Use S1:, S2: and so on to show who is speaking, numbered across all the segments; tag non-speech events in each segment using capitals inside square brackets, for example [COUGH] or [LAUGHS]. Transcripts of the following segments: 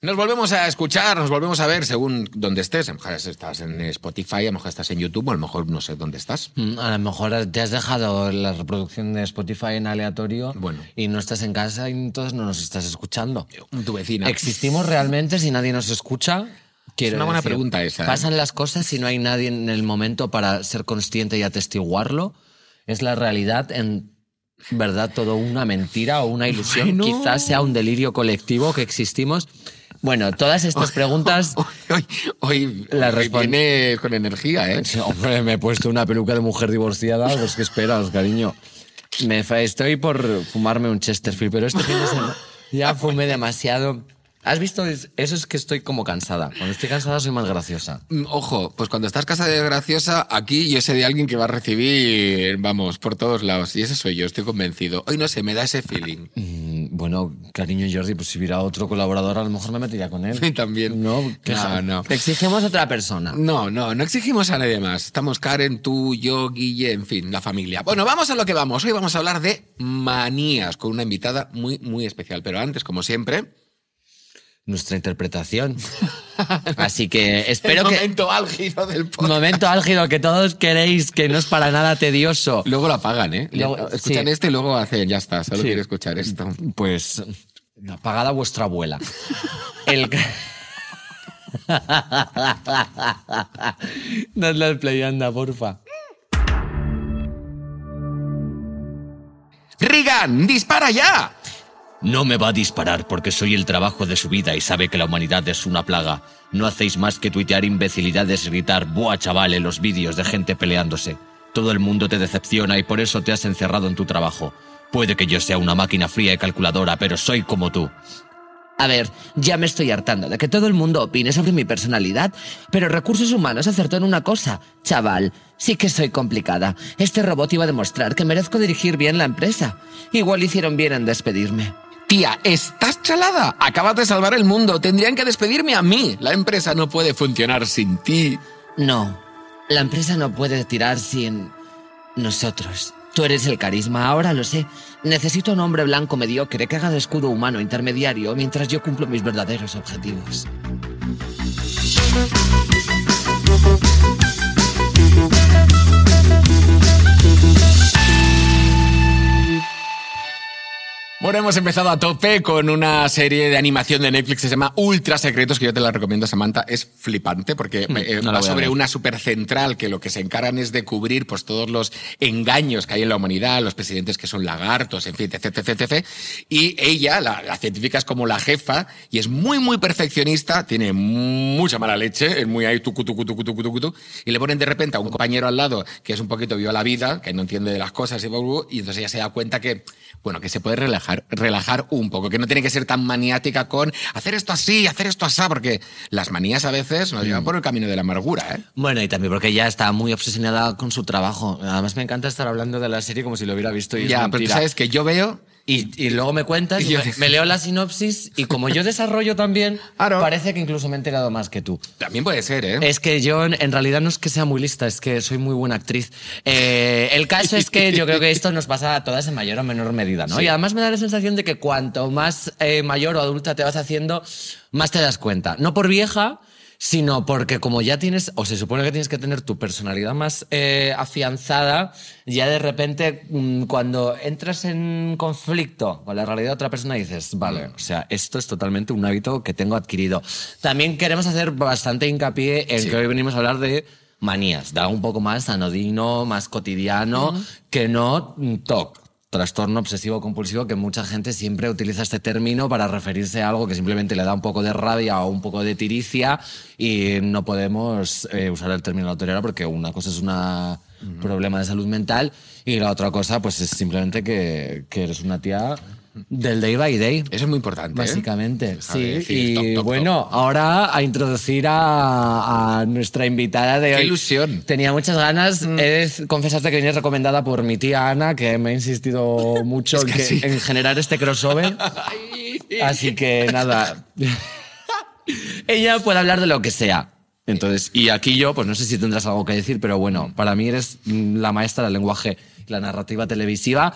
S1: Nos volvemos a escuchar, nos volvemos a ver según donde estés. A lo mejor estás en Spotify, a lo mejor estás en YouTube, o a lo mejor no sé dónde estás.
S2: Mm, A lo mejor te has dejado la reproducción de Spotify en aleatorio
S1: Bueno.
S2: y no estás en casa y entonces no nos estás escuchando.
S1: Tu vecina.
S2: ¿Existimos realmente si nadie nos escucha? Quiero
S1: una buena
S2: decir,
S1: pregunta esa, ¿eh?
S2: ¿Pasan las cosas si no hay nadie en el momento para ser consciente y atestiguarlo? ¿Es la realidad en verdad todo una mentira o una ilusión?
S1: Bueno.
S2: Quizás sea un delirio colectivo que existimos. Bueno, todas [LAUGHS] estas preguntas...
S1: Hoy, [LAUGHS] hoy, hoy,
S2: La
S1: hoy
S2: respon-
S1: vienes con energía, ¿eh?
S2: [LAUGHS] Sí, Hombre, me he puesto una peluca de mujer divorciada, pues qué esperas, cariño. Me fa- estoy por fumarme un Chesterfield, pero este fin de semana ya fumé demasiado. ¿Has visto? Es- Eso es que estoy como cansada. Cuando estoy cansada soy más graciosa.
S1: Mm, Ojo, pues cuando estás casa de graciosa, aquí yo sé de alguien que va a recibir, vamos, por todos lados. Y ese soy yo, estoy convencido. Hoy no sé, me da ese feeling.
S2: Mm, Bueno, cariño Jordi, pues si hubiera otro colaborador, a lo mejor me metería con él.
S1: También.
S2: No, que-
S1: no, no.
S2: Te exigimos otra persona.
S1: No, no, no exigimos a nadie más. Estamos Karen, tú, yo, Guille, en fin, la familia. Bueno, vamos a lo que vamos. Hoy vamos a hablar de manías con una invitada muy, muy especial. Pero antes, como siempre,
S2: Nuestra interpretación. Así que
S1: el [LAUGHS]
S2: espero que...
S1: momento álgido del podcast.
S2: Momento álgido que todos queréis, que no es para nada tedioso.
S1: Luego lo apagan, ¿eh? Le-
S2: Luego-
S1: Escuchan
S2: sí.
S1: este y luego hacen, ya está, solo
S2: Sí.
S1: quiero escuchar esto.
S2: Pues apagada vuestra abuela. El... [LAUGHS] Dadle al play, anda, porfa.
S1: ¡Regan, dispara ya!
S2: No me va a disparar porque soy el trabajo de su vida y sabe que la humanidad es una plaga. No hacéis más que tuitear imbecilidades y gritar ¡Buah, chaval! en los vídeos de gente peleándose. Todo el mundo te decepciona y por eso te has encerrado en tu trabajo. Puede que yo sea una máquina fría y calculadora, pero soy como tú. A ver, ya me estoy hartando de que todo el mundo opine sobre mi personalidad, pero Recursos Humanos acertó en una cosa. Chaval, sí que soy complicada. Este robot iba a demostrar que merezco dirigir bien la empresa. Igual hicieron bien en despedirme.
S1: Tía, ¿estás chalada? Acabas de salvar el mundo. Tendrían que despedirme a mí. La empresa no puede funcionar sin ti.
S2: No, la empresa no puede tirar sin nosotros. Tú eres el carisma, ahora lo sé. Necesito un hombre blanco mediocre que haga de escudo humano intermediario mientras yo cumplo mis verdaderos objetivos.
S1: Bueno, hemos empezado a tope con una serie de animación de Netflix que se llama Ultra Secretos, que yo te la recomiendo, Samantha. Es flipante porque eh,
S2: Hmm, no la
S1: va
S2: voy a
S1: sobre
S2: ver.
S1: una supercentral que lo que se encargan es de cubrir pues, todos los engaños que hay en la humanidad, los presidentes que son lagartos, en fin, etc, etc, etc. Y ella, la, la científica, es como la jefa y es muy, muy perfeccionista, tiene mucha mala leche, es muy ahí, tucu, tucu, tucu, tucu, tucu, tucu, y le ponen de repente a un compañero al lado que es un poquito vio la vida, que no entiende de las cosas y, bu, bu, bu, y entonces ella se da cuenta que, bueno, que se puede relajar, relajar un poco, que no tiene que ser tan maniática con hacer esto así, hacer esto así, porque las manías a veces nos llevan por el camino de la amargura, ¿eh?
S2: Bueno, y también porque ella está muy obsesionada con su trabajo. Además, me encanta estar hablando de la serie como si lo hubiera visto y es
S1: ya, pero tú
S2: mentira.
S1: sabes que yo veo
S2: Y, y luego me cuentas,
S1: Y yo-
S2: me, me leo la sinopsis y como yo desarrollo [LAUGHS] también,
S1: Claro.
S2: parece que incluso me he enterado más que tú.
S1: También puede ser, ¿eh?
S2: Es que yo en en realidad no es que sea muy lista, es que soy muy buena actriz. Eh, el caso es que yo creo que esto nos pasa a todas en mayor o menor medida, ¿no?
S1: Sí.
S2: Y además me da la sensación de que cuanto más eh, mayor o adulta te vas haciendo, más te das cuenta. No por vieja, sino porque como ya tienes, o se supone que tienes que tener tu personalidad más eh, afianzada, ya de repente mm, cuando entras en conflicto con la realidad de otra persona dices,
S1: Mm.
S2: vale, o sea, esto es totalmente un hábito que tengo adquirido. También queremos hacer bastante hincapié en
S1: Sí.
S2: que hoy venimos a hablar de manías, da un poco más anodino, más cotidiano, que no mm, TOC. Trastorno obsesivo compulsivo, que mucha gente siempre utiliza este término para referirse a algo que simplemente le da un poco de rabia o un poco de tiricia y no podemos eh, usar el término autorero porque una cosa es una problema de salud mental y la otra cosa pues es simplemente que, que eres una tía del day by day.
S1: Eso es muy importante. ¿eh?
S2: Básicamente,
S1: Deja
S2: sí.
S1: de decir,
S2: y
S1: toc, toc, toc.
S2: bueno, ahora a introducir a, a nuestra invitada de
S1: Qué
S2: hoy.
S1: ilusión. Mm.
S2: Tenía muchas ganas. He de confesarte que vienes recomendada por mi tía Ana, que me
S1: [LAUGHS]
S2: ha insistido mucho en, que-
S1: sí.
S2: en generar este crossover.
S1: [LAUGHS]
S2: Así que nada. Ella puede hablar de lo que sea. Entonces, y aquí yo, pues no sé si tendrás algo que decir, pero bueno, para mí eres mm, la maestra del lenguaje, la narrativa televisiva.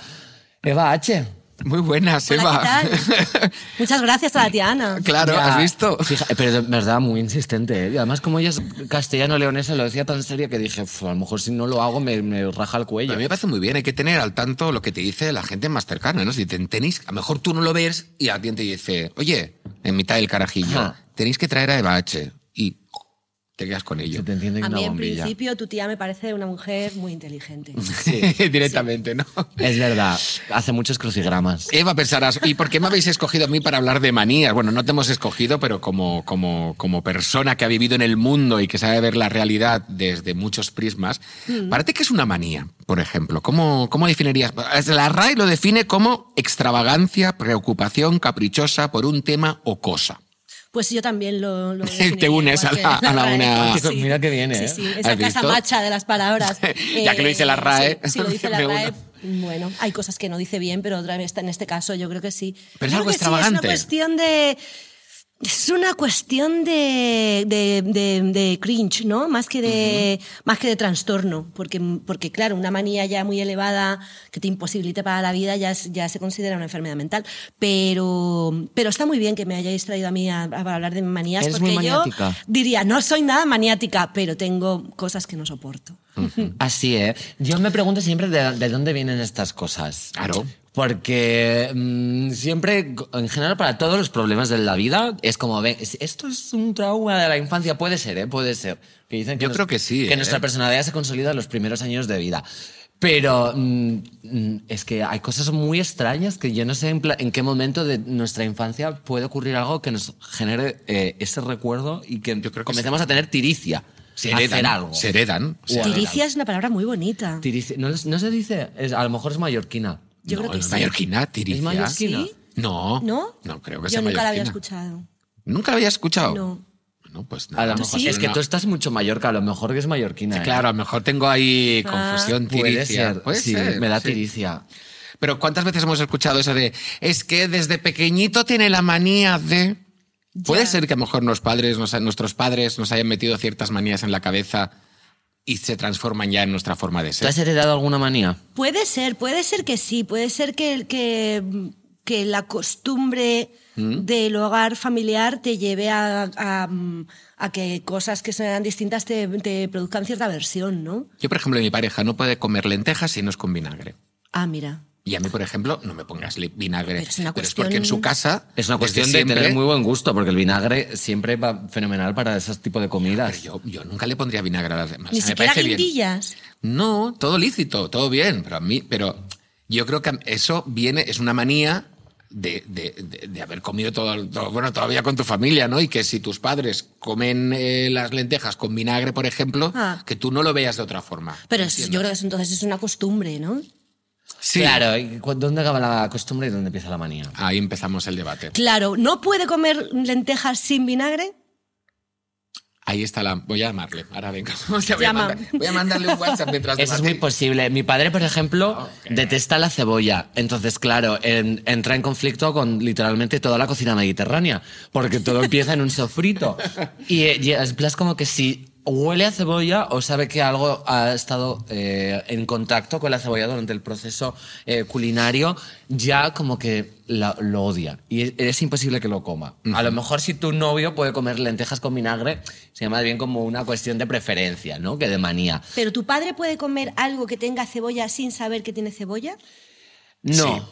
S2: Eva H.
S1: Muy buena, Seba.
S3: ¿qué tal? Muchas gracias a la tía Ana.
S1: [LAUGHS] Claro,
S2: Ya,
S1: ¿has visto?
S2: fija- pero de verdad, muy insistente. ¿eh? Y además, como ella es castellano-leonesa, lo decía tan seria que dije, "Uf, a lo mejor si no lo hago me, me raja el
S1: A
S2: cuello.
S1: mí me parece muy bien, hay que tener al tanto lo que te dice la gente más cercana, ¿no? Si te tenéis, a lo mejor tú no lo ves y alguien te dice, oye, en mitad del carajillo,
S2: Ajá.
S1: tenéis que traer a Eva H. Y te quedas con ello.
S2: Se te enciende
S3: A
S2: una
S3: mí, en
S2: bombilla.
S3: principio, tu tía me parece una mujer muy inteligente.
S1: [LAUGHS] Directamente, ¿no?
S2: Es verdad, hace muchos crucigramas.
S1: Eva, pensarás, ¿y por qué me habéis escogido a mí para hablar de manías? Bueno, no te hemos escogido, pero como, como, como persona que ha vivido en el mundo y que sabe ver la realidad desde muchos prismas,
S3: Mm.
S1: parece que es una manía, por ejemplo. ¿Cómo, cómo definirías? La RAE lo define como extravagancia, preocupación caprichosa por un tema o cosa.
S3: Pues yo también lo.
S1: [LAUGHS]
S3: lo
S1: Te
S3: definiría
S1: unes
S3: igual
S1: a la-
S3: que
S1: a la
S3: RAE.
S1: una-
S2: Mira qué bien, ¿eh?
S3: Sí, sí,
S1: ¿Has
S3: esa casa
S1: visto?
S3: macha de las palabras.
S1: [LAUGHS]
S3: Eh,
S1: Ya que lo dice la RAE,
S3: Sí, sí, lo dice
S1: [LAUGHS]
S3: la
S1: me
S3: RAE. Bueno, hay cosas que no dice bien, pero otra vez en este caso yo creo que sí.
S1: Pero es
S3: Yo
S1: algo
S3: creo que sí,
S1: extravagante.
S3: es una cuestión de. Es una cuestión de, de, de- de cringe, ¿no? Más que de, más que de trastorno. Porque, porque, claro, una manía ya muy elevada que te imposibilite para la vida ya, es- ya se considera una enfermedad mental. Pero, pero está muy bien que me hayáis traído a mí a, a hablar de manías.
S2: Eres
S3: porque
S2: muy
S3: yo
S2: maniática.
S3: diría, no soy nada maniática, pero tengo cosas que no soporto.
S2: Así es. Yo me pregunto siempre de, de dónde vienen estas cosas.
S1: Claro.
S2: Porque mm, siempre, en general, para todos los problemas de la vida, es como, ve, es- esto es un trauma de la infancia. Puede ser, ¿eh? Puede ser. Que dicen
S1: Yo creo que sí,
S2: Que
S1: ¿eh?
S2: nuestra personalidad se consolida en los primeros años de vida. Pero mm, mm, es que hay cosas muy extrañas que yo no sé en, pla- en qué momento de nuestra infancia puede ocurrir algo que nos genere eh, ese recuerdo y que,
S1: creo que
S2: comencemos a tener tiricia.
S1: Se
S2: a hacer
S1: heredan.
S2: algo.
S1: Se heredan. se
S2: Guau.
S1: heredan.
S3: Tiricia es una palabra muy bonita.
S2: Tirici- no, es- no se dice, es- a lo mejor es mallorquina.
S3: Yo
S1: No,
S3: creo que
S1: es
S3: sí.
S1: mallorquina, tiricia.
S2: ¿Es mallorquina?
S3: ¿Sí?
S1: No.
S3: ¿No?
S1: No, creo que
S3: Yo
S1: sea Oh.
S3: nunca la había
S1: mallorquina.
S3: escuchado.
S1: ¿Nunca la había escuchado?
S3: No.
S1: No, pues
S2: A
S1: nada.
S2: lo mejor
S3: sí?
S2: es que
S1: No.
S2: tú estás mucho mayor que a lo mejor que es mallorquina. ¿eh?
S1: Claro, a lo mejor tengo ahí
S3: Ah.
S1: confusión,
S2: puede
S1: tiricia.
S2: ser.
S1: Puede
S2: sí,
S1: ser,
S2: me da
S1: sí.
S2: tiricia.
S1: Pero ¿cuántas veces hemos escuchado eso de es que desde pequeñito tiene la manía de... Puede
S3: Ya.
S1: ser que a lo mejor los padres, nos- nuestros padres nos hayan metido ciertas manías en la cabeza y se transforman ya en nuestra forma de
S2: ¿Tú
S1: ser.
S2: has heredado alguna manía?
S3: Puede ser, puede ser que sí, puede ser que, que, que la costumbre del hogar familiar te lleve a, a- a que cosas que sean distintas te, te produzcan cierta aversión, ¿no?
S1: Yo, por ejemplo, mi pareja no puede comer lentejas si no es con vinagre.
S3: Ah, mira.
S1: Y a mí, por ejemplo, no me pongas li- vinagre.
S3: Pero es una
S1: porque en
S3: cuestión-
S1: su casa...
S2: Es una
S1: desde
S2: cuestión de
S1: siempre-
S2: tener muy buen gusto, porque el vinagre siempre va fenomenal para esos tipos de
S1: Pero
S2: comidas.
S1: yo, yo nunca le pondría vinagre a las demás.
S3: Ni
S1: O sea, me
S3: siquiera
S1: parece bien.
S3: guindillas.
S1: No, todo lícito, todo bien, pero a mí, pero yo creo que eso viene, es una manía de, de- de- de haber comido todo, el- todo- bueno, todavía con tu familia, ¿no? Y que si tus padres comen eh, las lentejas con vinagre, por ejemplo,
S3: Ah.
S1: que tú no lo veas de otra forma.
S3: Pero es- yo creo que eso entonces es una costumbre, ¿no?
S1: Sí.
S2: Claro, ¿y cu- ¿dónde acaba la costumbre y dónde empieza la manía?
S1: Ahí empezamos el debate.
S3: Claro, ¿no puede comer lentejas sin vinagre?
S1: Ahí está la. Voy a llamarle. Ahora venga. [LAUGHS] O sea, voy, a
S3: Llama.
S1: mandar- voy a mandarle un WhatsApp mientras
S2: [LAUGHS] Eso es muy
S1: debate.
S2: posible. Mi padre, por ejemplo, detesta la cebolla. Entonces, claro, en- entra en conflicto con literalmente toda la cocina mediterránea, porque todo empieza en un sofrito. Y, eh, y es plas como que si huele a cebolla o sabe que algo ha estado eh, en contacto con la cebolla durante el proceso eh, culinario, ya como que la- lo odia. Y es, es imposible que lo coma. A lo mejor si tu novio puede comer lentejas con vinagre, se llama bien como una cuestión de preferencia, ¿no? Que de manía.
S3: ¿Pero tu padre puede comer algo que tenga cebolla sin saber que tiene cebolla?
S2: No.
S1: Sí,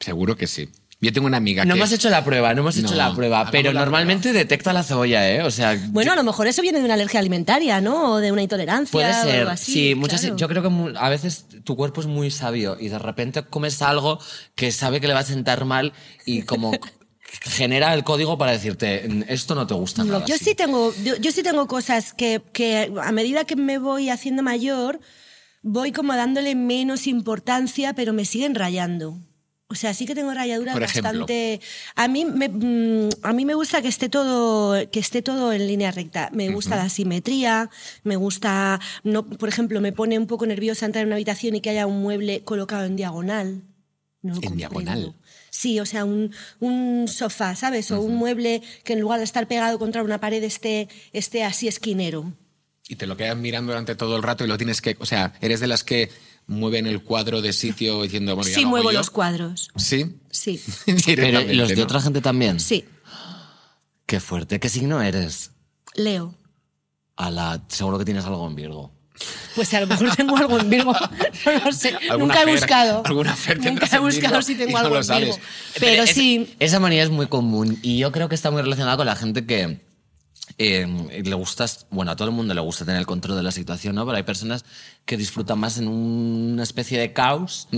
S1: seguro que sí. Yo tengo una amiga
S2: No
S1: que.
S2: hemos hecho la prueba, no hemos hecho
S1: No,
S2: la prueba,
S1: hagamos
S2: pero
S1: la
S2: normalmente detecta la cebolla, ¿eh? O sea,
S3: Bueno, a lo mejor eso viene de una alergia alimentaria, ¿no? O de una intolerancia.
S2: puede
S3: o
S2: ser.
S3: algo así,
S2: sí, muchas,
S3: claro.
S2: yo creo que mu- a veces tu cuerpo es muy sabio y de repente comes algo que sabe que le va a sentar mal y
S3: [LAUGHS]
S2: como genera el código para decirte, "Mm, esto no te gusta nada.
S3: Yo
S2: así".
S3: sí tengo, yo, yo sí tengo cosas que, que a medida que me voy haciendo mayor, voy como dándole menos importancia, pero me siguen rayando. O sea, sí que tengo rayaduras
S1: Por ejemplo.
S3: bastante. A mí me mm, a mí me gusta que esté todo que esté todo en línea recta. Me gusta la simetría, me gusta no, por ejemplo, me pone un poco nerviosa entrar en una habitación y que haya un mueble colocado en diagonal. No lo
S1: En diagonal.
S3: Sí, o sea, un, un sofá, ¿sabes? O un mueble que en lugar de estar pegado contra una pared esté, esté así esquinero.
S1: Y te lo quedas mirando durante todo el rato y lo tienes que. O sea, eres de las que mueven el cuadro de sitio diciendo, bueno, ya
S3: sí
S1: lo hago
S3: muevo
S1: yo.
S3: los cuadros.
S1: Sí. [LAUGHS]
S3: Sí,
S2: Pero,
S1: Directamente,
S2: ¿y los de
S1: ¿no?
S2: otra gente también?
S3: sí.
S2: Qué fuerte. ¿Qué signo eres?
S3: Leo.
S2: A la... Seguro que tienes algo en Virgo.
S3: Pues a lo mejor tengo algo en Virgo. [LAUGHS] No lo sé.
S1: Alguna
S3: Nunca he
S1: fer-
S3: buscado.
S1: alguna fer
S3: Nunca
S1: tendrás
S3: he
S1: en
S3: buscado
S1: Virgo
S3: si
S1: y
S3: tengo
S1: no
S3: algo
S1: lo
S3: en
S1: sabes.
S3: Virgo. Pero
S2: es-
S3: sí.
S2: Esa manía es muy común y yo creo que está muy relacionada con la gente que eh, le gusta, bueno, a todo el mundo le gusta tener el control de la situación, ¿no? Pero hay personas que disfrutan más en un- una especie de caos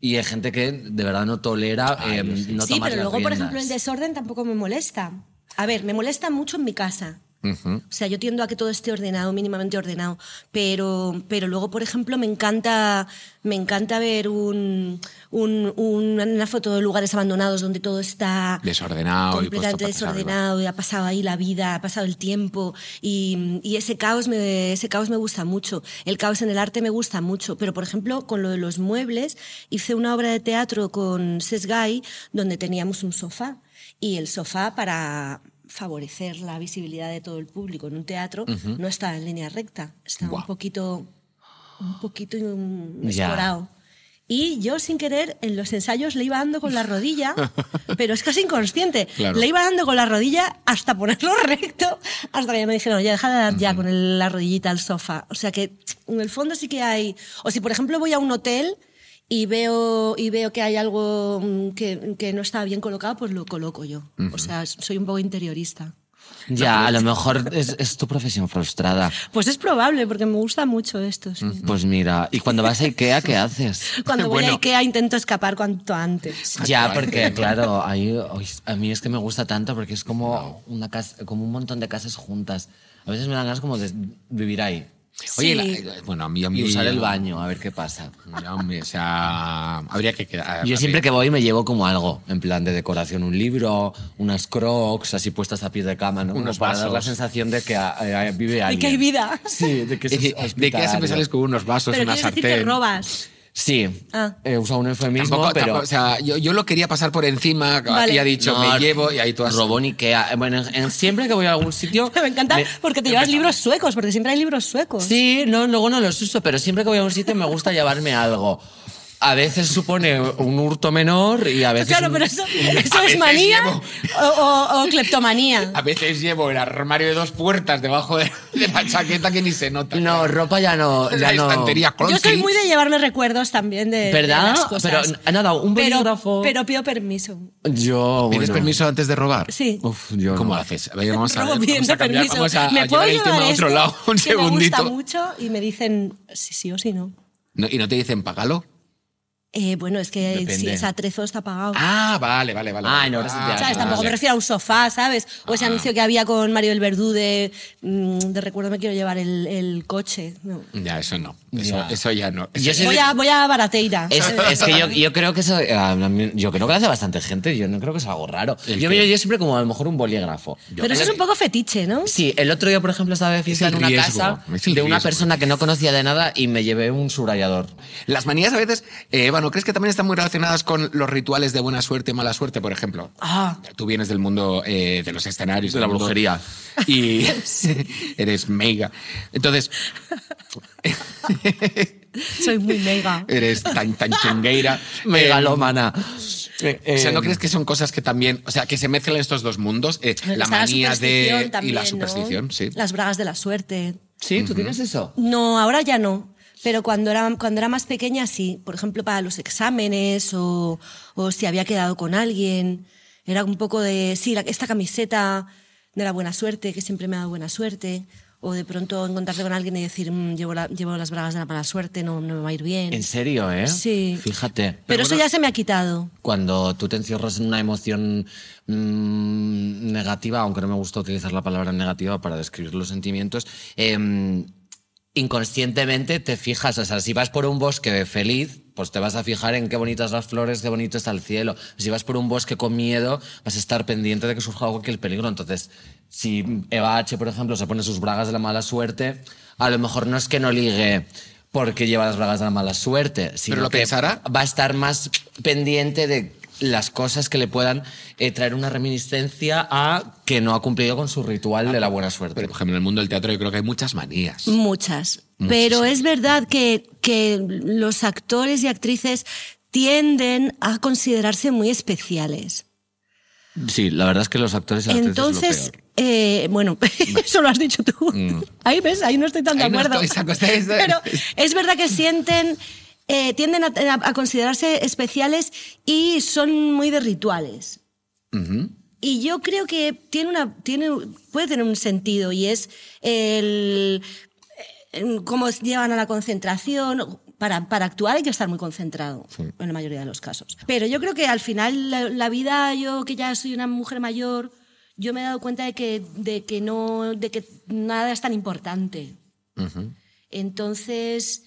S2: y hay gente que de verdad no tolera eh, no
S3: sí,
S2: tomar
S3: pero
S2: las
S3: luego, por
S2: riendas.
S3: ejemplo, el desorden tampoco me molesta. A ver, me molesta mucho en mi casa. O sea, yo tiendo a que todo esté ordenado, mínimamente ordenado. Pero, pero luego, por ejemplo, me encanta, me encanta ver un, un- un- una foto de lugares abandonados donde todo está
S1: Desordenado y puesto
S3: completamente
S1: patas arriba.
S3: desordenado y ha pasado ahí la vida, ha pasado el tiempo y, y ese, caos me, ese caos me gusta mucho. El caos en el arte me gusta mucho, pero por ejemplo con lo de los muebles hice una obra de teatro con Sesgay donde teníamos un sofá y el sofá para favorecer la visibilidad de todo el público en un teatro no estaba en línea recta, estaba
S1: Guau.
S3: un poquito un poquito mm,
S2: Ya.
S3: escorado. Y yo sin querer en los ensayos le iba dando con
S1: [LAUGHS]
S3: la rodilla, pero es casi inconsciente.
S1: Claro.
S3: Le iba dando con la rodilla hasta ponerlo [LAUGHS] recto, hasta que ya me dijeron, ya deja de dar ya con el- la rodillita al sofá. O sea que en el fondo sí que hay... O si por ejemplo voy a un hotel y veo, y veo que hay algo mm, que, que no está bien colocado, pues lo coloco yo. O sea, soy un poco interiorista.
S2: Ya, a lo mejor es, es tu profesión frustrada.
S3: Pues es probable, porque me gusta mucho esto. sí.
S2: Pues mira, y cuando vas a Ikea, ¿qué haces?
S1: [LAUGHS]
S3: Cuando voy
S1: Bueno.
S3: a Ikea intento escapar cuanto antes.
S1: Ah,
S2: Ya,
S1: [LAUGHS]
S2: porque claro, ahí- ay, a mí es que me gusta tanto porque es como, una casa, como un montón de casas juntas. A veces me dan ganas como de vivir ahí
S1: Oye,
S3: Sí.
S1: la- eh, bueno, a mí a mí
S2: y usar
S1: [LAUGHS]
S2: el baño, a ver qué pasa.
S1: Ya, hombre, o sea, habría que quedar.
S2: Yo siempre que voy me llevo como algo, en plan de decoración, un libro, unas crocs así puestas a pie de cama, ¿no? Como
S1: Unos
S2: para dar la
S1: vasos.
S2: sensación de que ah, eh, vive alguien.
S3: que hay vida.
S2: Sí, de que
S1: [LAUGHS]
S2: es
S1: ¿De, de qué has
S2: hospitalario.
S1: empezado con unos vasos,
S3: Pero
S1: una
S3: quieres decir
S1: sartén?
S3: que robas. [LAUGHS]
S2: Sí,
S3: Ah.
S2: he usado un eufemismo,
S1: Tampoco,
S2: pero...
S1: tampoco- o sea, yo, yo lo quería pasar por encima
S3: Vale.
S1: y ha dicho,
S2: No,
S1: me llevo y ahí tú has...
S2: Robó en Ikea. Eh, Bueno, en- en- siempre que voy a algún sitio...
S1: [LAUGHS]
S3: Me encanta
S2: me-
S3: porque te llevas libros suecos, porque siempre hay libros suecos.
S2: Sí, no, luego no los uso, pero siempre que voy a un sitio me gusta llevarme algo. A veces supone un hurto menor y a veces...
S3: claro,
S2: un-
S3: pero eso,
S1: A
S3: eso
S1: veces
S3: es manía
S1: llevo-
S3: o, o- o
S1: [LAUGHS]
S3: cleptomanía.
S1: A veces llevo el armario de dos puertas debajo de, [LAUGHS] de la chaqueta que ni se nota.
S2: No, ropa ya no...
S1: la
S2: Ya no...
S1: estantería
S3: Yo soy
S1: Cronky.
S3: muy de llevarme recuerdos también de, de
S2: ¿Verdad?
S3: Eh, las cosas.
S2: Pero, nada, un
S3: Pero-
S2: bolígrafo.
S3: Pero, pido permiso.
S2: Yo,
S1: ¿Pides
S2: bueno.
S1: permiso antes de robar?
S3: Sí.
S2: Uf, yo
S1: ¿Cómo
S2: no.
S1: haces? A ver, vamos a,
S3: Robo
S1: vamos a
S3: pidiendo
S1: cambiar,
S3: permiso.
S1: vamos a, a
S3: me puedo
S1: llevar el
S3: llevar
S1: tema a otro
S3: esto?
S1: lado un
S3: Que
S1: segundito.
S3: Me gusta mucho y me dicen sí, sí o sí no.
S1: No, ¿Y no te dicen pagalo?
S3: Eh, bueno, es que
S2: Depende.
S3: si es a trezo está pagado.
S1: Ah, vale, vale, vale.
S2: Ah, no, ahora sí te
S1: Ah,
S2: hago.
S3: ¿Sabes? Tampoco
S1: vale.
S3: me refiero a un sofá, ¿sabes? O ese anuncio que había con Mario el Verdú de, mm, de recuerdo me quiero llevar el, el coche. No.
S1: Ya, eso no. Eso
S2: Ya.
S1: ya, eso ya no. Eso
S2: Yo
S1: ya-
S2: soy
S3: Voy
S2: de-
S3: a, voy a Barateira.
S2: Es, es que yo, yo creo que eso. eh, a mí- Yo creo que lo hace bastante gente. Yo no creo que es algo raro.
S1: ¿El
S2: Yo
S1: qué?
S2: veo yo siempre como a lo mejor un bolígrafo.
S3: Pero eso es un poco fetiche, ¿no?
S2: Sí, el otro día, por ejemplo, estaba de fiesta
S1: Es el
S2: en una
S1: riesgo,
S2: casa
S1: es el
S2: de una
S1: riesgo.
S2: persona que no conocía de nada y me llevé un subrayador.
S1: Las manías a veces, eh, Eva, ¿no crees que también están muy relacionadas con los rituales de buena suerte y mala suerte, por ejemplo?
S3: Ah,
S1: Tú vienes del mundo eh, de los escenarios.
S2: De
S1: del
S2: la
S1: mundo-
S2: brujería.
S3: [LAUGHS]
S1: Y eres mega. Entonces,
S3: soy muy mega.
S1: eres tan, tan chungueira.
S2: [LAUGHS] Megalómana.
S1: Eh, o sea, ¿no
S3: Em,
S1: crees que son cosas que también, o sea, que se mezclan estos dos mundos? Eh, la
S3: Está
S1: manía
S3: superstición
S1: de y
S3: también,
S1: la
S3: ¿no?
S1: superstición, sí.
S3: Las bragas de la suerte.
S2: Sí, ¿tú tienes eso?
S3: No, ahora ya no. Pero cuando era, cuando era más pequeña, sí. Por ejemplo, para los exámenes o, o si había quedado con alguien. Era un poco de, sí, la- esta camiseta de la buena suerte, que siempre me ha dado buena suerte. O de pronto encontrarte con alguien y decir, mm, llevo, la- llevo las bragas de la mala suerte, no, no me va a ir bien.
S2: En serio, ¿eh?
S3: Sí.
S2: Fíjate.
S3: Pero, eso ya se me ha quitado.
S2: cuando tú te encierras en una emoción mm, negativa, aunque no me gusta utilizar la palabra negativa para describir los sentimientos, em, inconscientemente te fijas, o sea, si vas por un bosque feliz, pues te vas a fijar en qué bonitas las flores, qué bonito está el cielo. Si vas por un bosque con miedo, vas a estar pendiente de que surja cualquier peligro. Entonces, si Eva H, por ejemplo, se pone sus bragas de la mala suerte, a lo mejor no es que no ligue porque lleva las bragas de la mala suerte, sino
S1: lo
S2: que
S1: pensará.
S2: va a estar más pendiente de las cosas que le puedan eh, traer una reminiscencia a que no ha cumplido con su ritual de la buena suerte.
S1: Pero, por ejemplo, en el mundo del teatro yo creo que hay muchas manías.
S3: Mm. Muchas. Pero es verdad que, que los actores y actrices tienden a considerarse muy especiales.
S2: Sí, la verdad es que los actores y actrices es lo
S3: Entonces,
S2: peor.
S3: eh, bueno, [LAUGHS] eso lo has dicho tú.
S2: Mm.
S3: Ahí ves, ahí no estoy tan de
S1: Ahí no
S3: acuerdo.
S1: estoy, saco ustedes, ¿eh?
S3: Pero es verdad que sienten, eh, tienden a, a- a considerarse especiales y son muy de rituales. Y yo creo que tiene una, tiene, puede tener un sentido y es el, el cómo llevan a la concentración. Para, para actuar hay que estar muy concentrado, en la mayoría de los casos. Pero yo creo que al final la, la vida, yo que ya soy una mujer mayor, yo me he dado cuenta de que, de que, no, de que nada es tan importante. Entonces,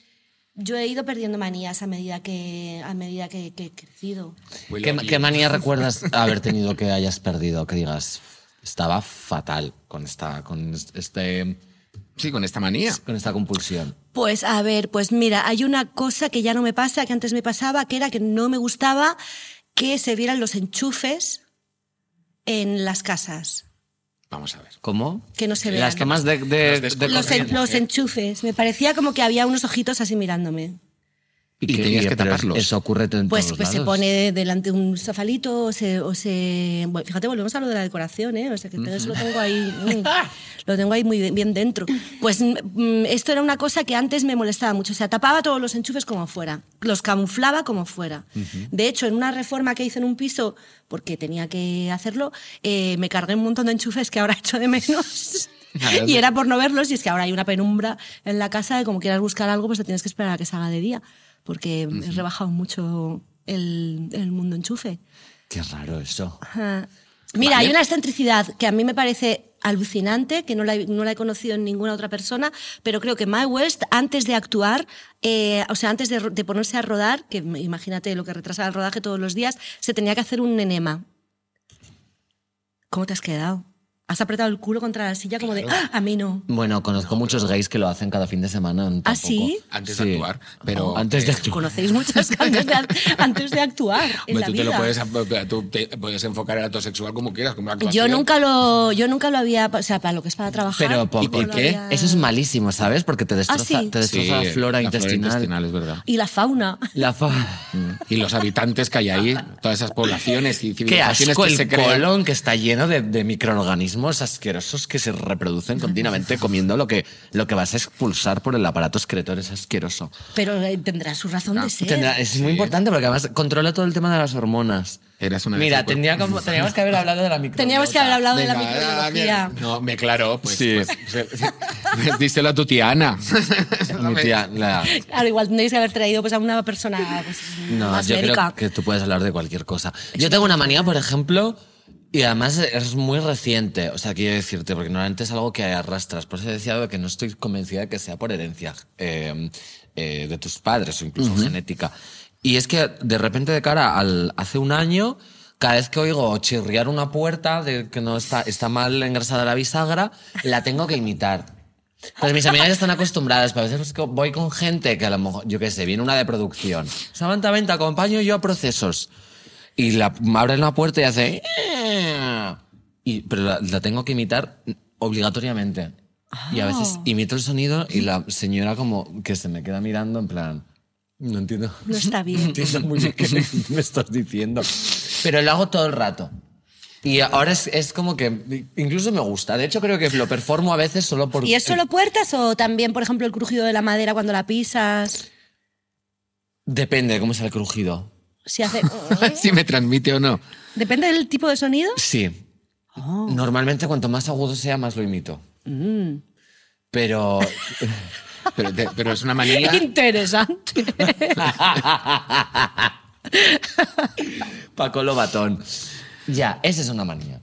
S3: yo he ido perdiendo manías a medida que, a medida que, que he crecido.
S1: Willow
S2: ¿Qué,
S1: y-
S2: qué manía recuerdas haber tenido que hayas perdido? Que digas, estaba fatal con esta, con este,
S1: Sí, con esta manía.
S2: con esta compulsión.
S3: Pues a ver, pues mira, hay una cosa que ya no me pasa, que antes me pasaba, que era que no me gustaba que se vieran los enchufes en las casas.
S1: Vamos a ver.
S2: ¿Cómo?
S3: Que no se vean.
S2: Las tomas de, de-
S1: Los
S2: de
S1: descolores.
S3: Los,
S2: corriente.
S3: en- los enchufes. Me parecía como que había unos ojitos así mirándome.
S1: Y tenías que
S2: pero
S1: taparlos.
S2: Eso ocurre en
S3: Pues,
S2: todos
S3: pues se
S2: lados.
S3: pone delante un sofalito o se... o se- bueno, fíjate, volvemos a lo de la decoración, ¿eh? O sea, que todo eso lo
S2: [LAUGHS]
S3: tengo ahí... mm, lo tengo ahí muy bien- bien dentro. Pues mm, esto era una cosa que antes me molestaba mucho. O sea, tapaba todos los enchufes como fuera. Los camuflaba como fuera. De hecho, en una reforma que hice en un piso, porque tenía que hacerlo, eh, me cargué un montón de enchufes que ahora [LAUGHS] echo de menos.
S1: Claro.
S3: y era por no verlos y es que ahora hay una penumbra en la casa y como quieras buscar algo pues te tienes que esperar a que salga de día porque he rebajado mucho el, el mundo enchufe.
S2: Qué raro eso.
S3: Ajá. Mira, hay una excentricidad que a mí me parece alucinante, que no la, he- no la he conocido en ninguna otra persona, pero creo que My West, antes de actuar, eh, o sea, antes de, ro- de ponerse a rodar, que m- imagínate lo que retrasaba el rodaje todos los días, se tenía que hacer un enema. ¿Cómo te has quedado? Has apretado el culo contra la silla como de, "Ah, a mí no.
S2: Bueno, conozco muchos gays que lo hacen cada fin de semana. tampoco.
S3: ¿Ah, sí?
S1: Antes de
S2: Sí. Oh,
S1: actuar, pero...
S2: Antes de
S3: [LAUGHS]
S1: eh,
S2: actuar.
S3: Conocéis muchas antes de, antes de actuar. en
S1: hombre,
S3: la
S1: tú
S3: vida.
S1: te lo puedes, eh, tú te puedes enfocar el acto sexual como quieras, como una
S3: Yo
S1: actuación.
S3: nunca lo, yo nunca lo había, o sea, para lo que es para trabajar.
S2: Pero
S1: ¿Y
S2: ¿por,
S1: por
S3: no lo
S1: qué?
S3: había-
S2: Eso es malísimo, ¿sabes? Porque te destroza,
S3: Ah, sí?
S2: te destroza
S1: Sí,
S2: la flora intestinal.
S1: es verdad.
S3: Y la fauna.
S2: La fa...
S1: Y los habitantes que hay ahí, todas esas poblaciones y
S2: [LAUGHS] Qué
S1: civilizaciones
S2: asco
S1: que
S2: el
S1: se crean.
S2: colon que está lleno de, de microorganismos asquerosos que se reproducen
S3: [LAUGHS]
S2: continuamente comiendo lo que, lo que vas a expulsar por el aparato excretor. Es asqueroso.
S3: Pero eh, tendrá su razón de ser.
S2: Ah, Tendrá- eh, es muy importante porque además controla todo el tema de las hormonas.
S1: Eras una de
S2: Mira,
S1: cinco.
S2: tenía como- teníamos que haber hablado de la microbiota.
S3: Teníamos que haber hablado de
S2: eh,
S1: Venga,
S3: la
S1: ah, mira.
S3: microbiología.
S1: No, me claro, pues,
S2: Sí.
S1: pues, [LAUGHS] pues, díselo a tu tía Ana.
S2: [LAUGHS] Mi tía, la-
S3: Claro, igual tendréis que haber traído pues, a una persona pues,
S2: No,
S3: más
S2: yo
S3: médica.
S2: creo que tú puedes hablar de cualquier cosa. Yo tengo una manía, por ejemplo, y además es muy reciente. O sea, quiero decirte, porque normalmente es algo que arrastras. Por eso decía lo que no estoy convencida de que sea por herencia eh, eh, de tus padres o incluso genética. Y es que de repente, de cara al. Hace un año. Cada vez que oigo chirriar una puerta de que no está, está mal engrasada la bisagra, la tengo que imitar. Pues mis amigas ya están acostumbradas, pero a veces co- voy con gente que a lo mejor, yo qué sé, viene una de producción. Samantha, ven, te acompaño yo a procesos. Y la, me abren la puerta y hace... "Eh", Y, pero la, la tengo que imitar obligatoriamente. Y a
S3: Ah.
S2: veces imito el sonido y la señora como que se me queda mirando en plan... No entiendo.
S3: No está
S2: No
S3: bien.
S2: entiendo muy bien qué me estás diciendo. Pero lo hago todo el rato. Y ahora es, es como que incluso me gusta. De hecho, creo que lo performo a veces solo [LAUGHS] por...
S3: ¿Y es solo puertas o también, por ejemplo, el crujido de la madera cuando la pisas?
S2: Depende de cómo sea el crujido. [LAUGHS]
S3: Si hace... eh?
S1: [LAUGHS] si me transmite o no.
S3: Depende del tipo de sonido.
S2: Sí. Ah. Normalmente cuanto más agudo sea, más lo imito. Mm. Pero...
S1: Pero, te- pero es una manía.
S3: Interesante.
S2: [LAUGHS] Paco Lobatón. Ya, esa es una manía.